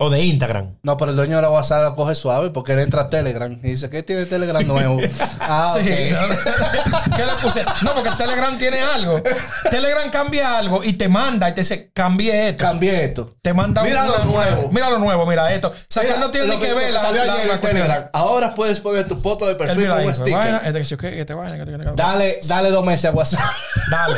Speaker 1: O de Instagram.
Speaker 3: No, pero el dueño de la WhatsApp lo coge suave porque él entra a Telegram y dice, ¿qué tiene Telegram nuevo?
Speaker 2: (laughs)
Speaker 3: ah,
Speaker 2: Sí.
Speaker 3: ok.
Speaker 2: (laughs) ¿Qué le puse? No, porque Telegram tiene algo. Telegram cambia algo y te manda y te dice, cambié esto.
Speaker 3: Cambié esto.
Speaker 2: Te manda
Speaker 3: Mira
Speaker 2: una
Speaker 3: lo
Speaker 2: nueva.
Speaker 3: nuevo.
Speaker 2: Mira lo nuevo, mira esto. O sea, que
Speaker 3: Mira,
Speaker 2: él no tiene
Speaker 3: lo
Speaker 2: ni que ver la,
Speaker 3: salió
Speaker 2: la-
Speaker 3: ayer
Speaker 2: la
Speaker 3: en
Speaker 2: cuestión.
Speaker 3: Telegram. Ahora puedes poner tu foto de
Speaker 2: Él
Speaker 3: perfil
Speaker 2: mira
Speaker 3: con
Speaker 2: ahí,
Speaker 3: un
Speaker 2: este
Speaker 3: sticker.
Speaker 2: vaina, este que sí, ok, este vaina, este que sí, ok.
Speaker 3: Dale, dale dos meses a
Speaker 2: (laughs)
Speaker 3: WhatsApp.
Speaker 2: Dale.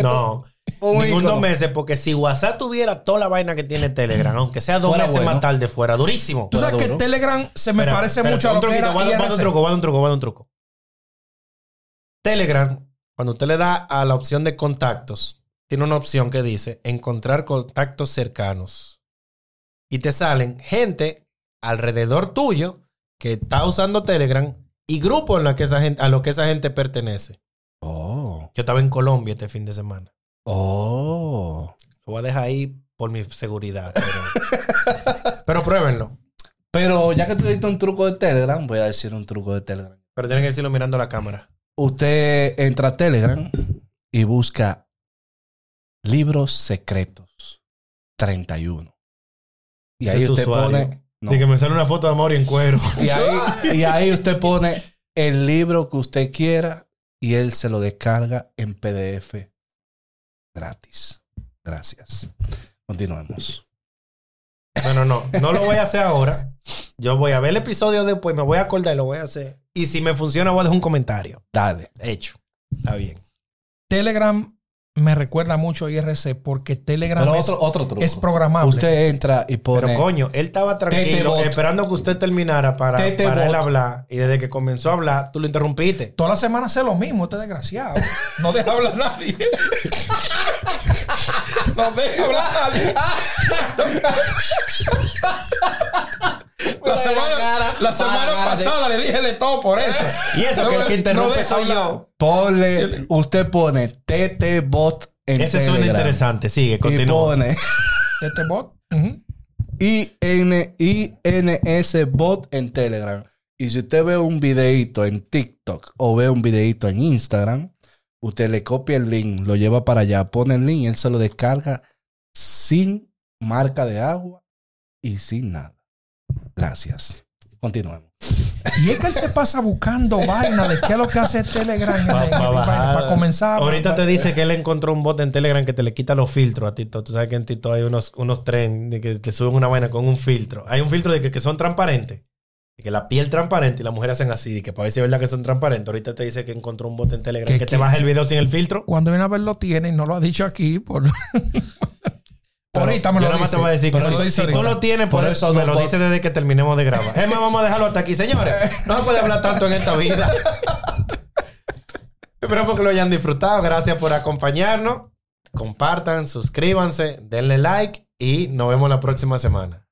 Speaker 1: No.
Speaker 3: Un
Speaker 1: Ningún
Speaker 3: ícono.
Speaker 1: dos meses, porque si WhatsApp tuviera toda la vaina que tiene Telegram, aunque sea dos
Speaker 3: Fuera
Speaker 1: meses
Speaker 3: bueno.
Speaker 1: más tarde, fuera durísimo.
Speaker 2: Tú sabes que
Speaker 3: duro.
Speaker 2: Telegram se me
Speaker 1: Espera,
Speaker 2: parece
Speaker 1: espera,
Speaker 2: mucho a
Speaker 1: un
Speaker 2: lo que
Speaker 1: truquito,
Speaker 2: era
Speaker 1: guarda- guarda un
Speaker 2: IRC.
Speaker 1: truco, guarda un truco, guarda un truco. Telegram, cuando usted le da a la opción de contactos, tiene una opción que dice encontrar contactos cercanos. Y te salen gente alrededor tuyo que está usando Telegram y grupos en la que esa gente, a los que esa gente pertenece.
Speaker 3: Oh.
Speaker 1: Yo estaba en Colombia este fin de semana.
Speaker 3: Oh.
Speaker 1: Lo voy a dejar ahí por mi seguridad. Pero,
Speaker 2: (laughs)
Speaker 1: pero pruébenlo.
Speaker 3: Pero ya que tú diste un truco de Telegram, voy a decir un truco de Telegram.
Speaker 1: Pero tienen que decirlo mirando la cámara.
Speaker 3: Usted entra a Telegram y busca Libros Secretos 31. Y
Speaker 1: Ese
Speaker 3: ahí
Speaker 1: es
Speaker 3: usted
Speaker 1: usuario.
Speaker 3: pone. no.
Speaker 1: De que me sale una foto de amor y en cuero.
Speaker 3: Y ahí, y ahí usted pone el libro que usted quiera y él se lo descarga en PDF gratis. Gracias. Continuemos.
Speaker 1: No, no, no. No lo voy a hacer ahora. Yo voy a ver el episodio después, me voy a acordar y lo voy a hacer. Y si me funciona, voy a dejar un comentario.
Speaker 3: Dale.
Speaker 1: Hecho. Está bien.
Speaker 2: Telegram me recuerda mucho a IRC porque Telegram
Speaker 3: Pero
Speaker 2: es,
Speaker 3: otro, otro truco.
Speaker 2: es programable.
Speaker 3: Usted entra y pone.
Speaker 1: Pero coño, él estaba tranquilo
Speaker 3: Tetebot.
Speaker 1: esperando que usted terminara para,
Speaker 3: Tetebot.
Speaker 1: para él hablar. Y desde que comenzó a hablar, tú lo interrumpiste.
Speaker 2: Toda la semana hace lo mismo, este desgraciado. No deja hablar a nadie. No deja hablar a nadie. La semana, la semana pasada le dije de todo por eso.
Speaker 1: Y eso,
Speaker 2: No
Speaker 1: que el
Speaker 2: me-
Speaker 1: que interrumpe
Speaker 2: no deja
Speaker 1: soy
Speaker 2: hablar.
Speaker 1: yo.
Speaker 3: Ponle, usted pone TT Bot en
Speaker 1: Ese
Speaker 3: Telegram.
Speaker 1: suena interesante. Sigue,
Speaker 3: Y
Speaker 1: continúa.
Speaker 3: pone
Speaker 2: Este bot. ujú.
Speaker 3: IN INS Bot en Telegram. Y si usted ve un videito en TikTok o ve un videito en Instagram, usted le copia el link, lo lleva para allá, pone el link y él se lo descarga sin marca de agua y sin nada. Gracias. Continuemos.
Speaker 2: Y es que él se pasa buscando vaina de qué es lo que hace Telegram
Speaker 1: Pa-
Speaker 2: eh,
Speaker 1: pa
Speaker 2: para,
Speaker 1: bajar.
Speaker 2: comenzar.
Speaker 1: Ahorita te dice que él encontró un bot en Telegram que te le quita los filtros a Tito. Tú sabes que en Tito hay unos, unos tren de que te suben una vaina con un filtro. Hay un filtro de que, que son transparentes. De que la piel transparente y las mujeres hacen así. De que para ver si es verdad que son transparentes. Ahorita te dice que encontró un bot en Telegram
Speaker 2: ¿Qué-
Speaker 1: que,
Speaker 2: qué?
Speaker 1: te baja el video sin el filtro.
Speaker 2: Cuando viene a ver lo tiene y no lo ha dicho aquí. Por...
Speaker 1: Pero
Speaker 2: ahorita me
Speaker 1: yo
Speaker 2: lo
Speaker 1: nada más
Speaker 2: dice.
Speaker 1: te voy a decir que
Speaker 2: Pero
Speaker 1: si-
Speaker 2: lo dice
Speaker 1: si, tú
Speaker 2: ahorita.
Speaker 1: lo tienes,
Speaker 3: Por
Speaker 1: por
Speaker 3: eso
Speaker 1: eso me
Speaker 3: no
Speaker 1: lo
Speaker 3: pod-
Speaker 1: dices desde que terminemos de grabar. Es más, vamos a dejarlo hasta aquí,
Speaker 2: (laughs)
Speaker 1: señores. No se puede hablar tanto en esta vida. Espero que lo hayan disfrutado. Gracias por acompañarnos. Compartan, suscríbanse, denle like y nos vemos la próxima semana.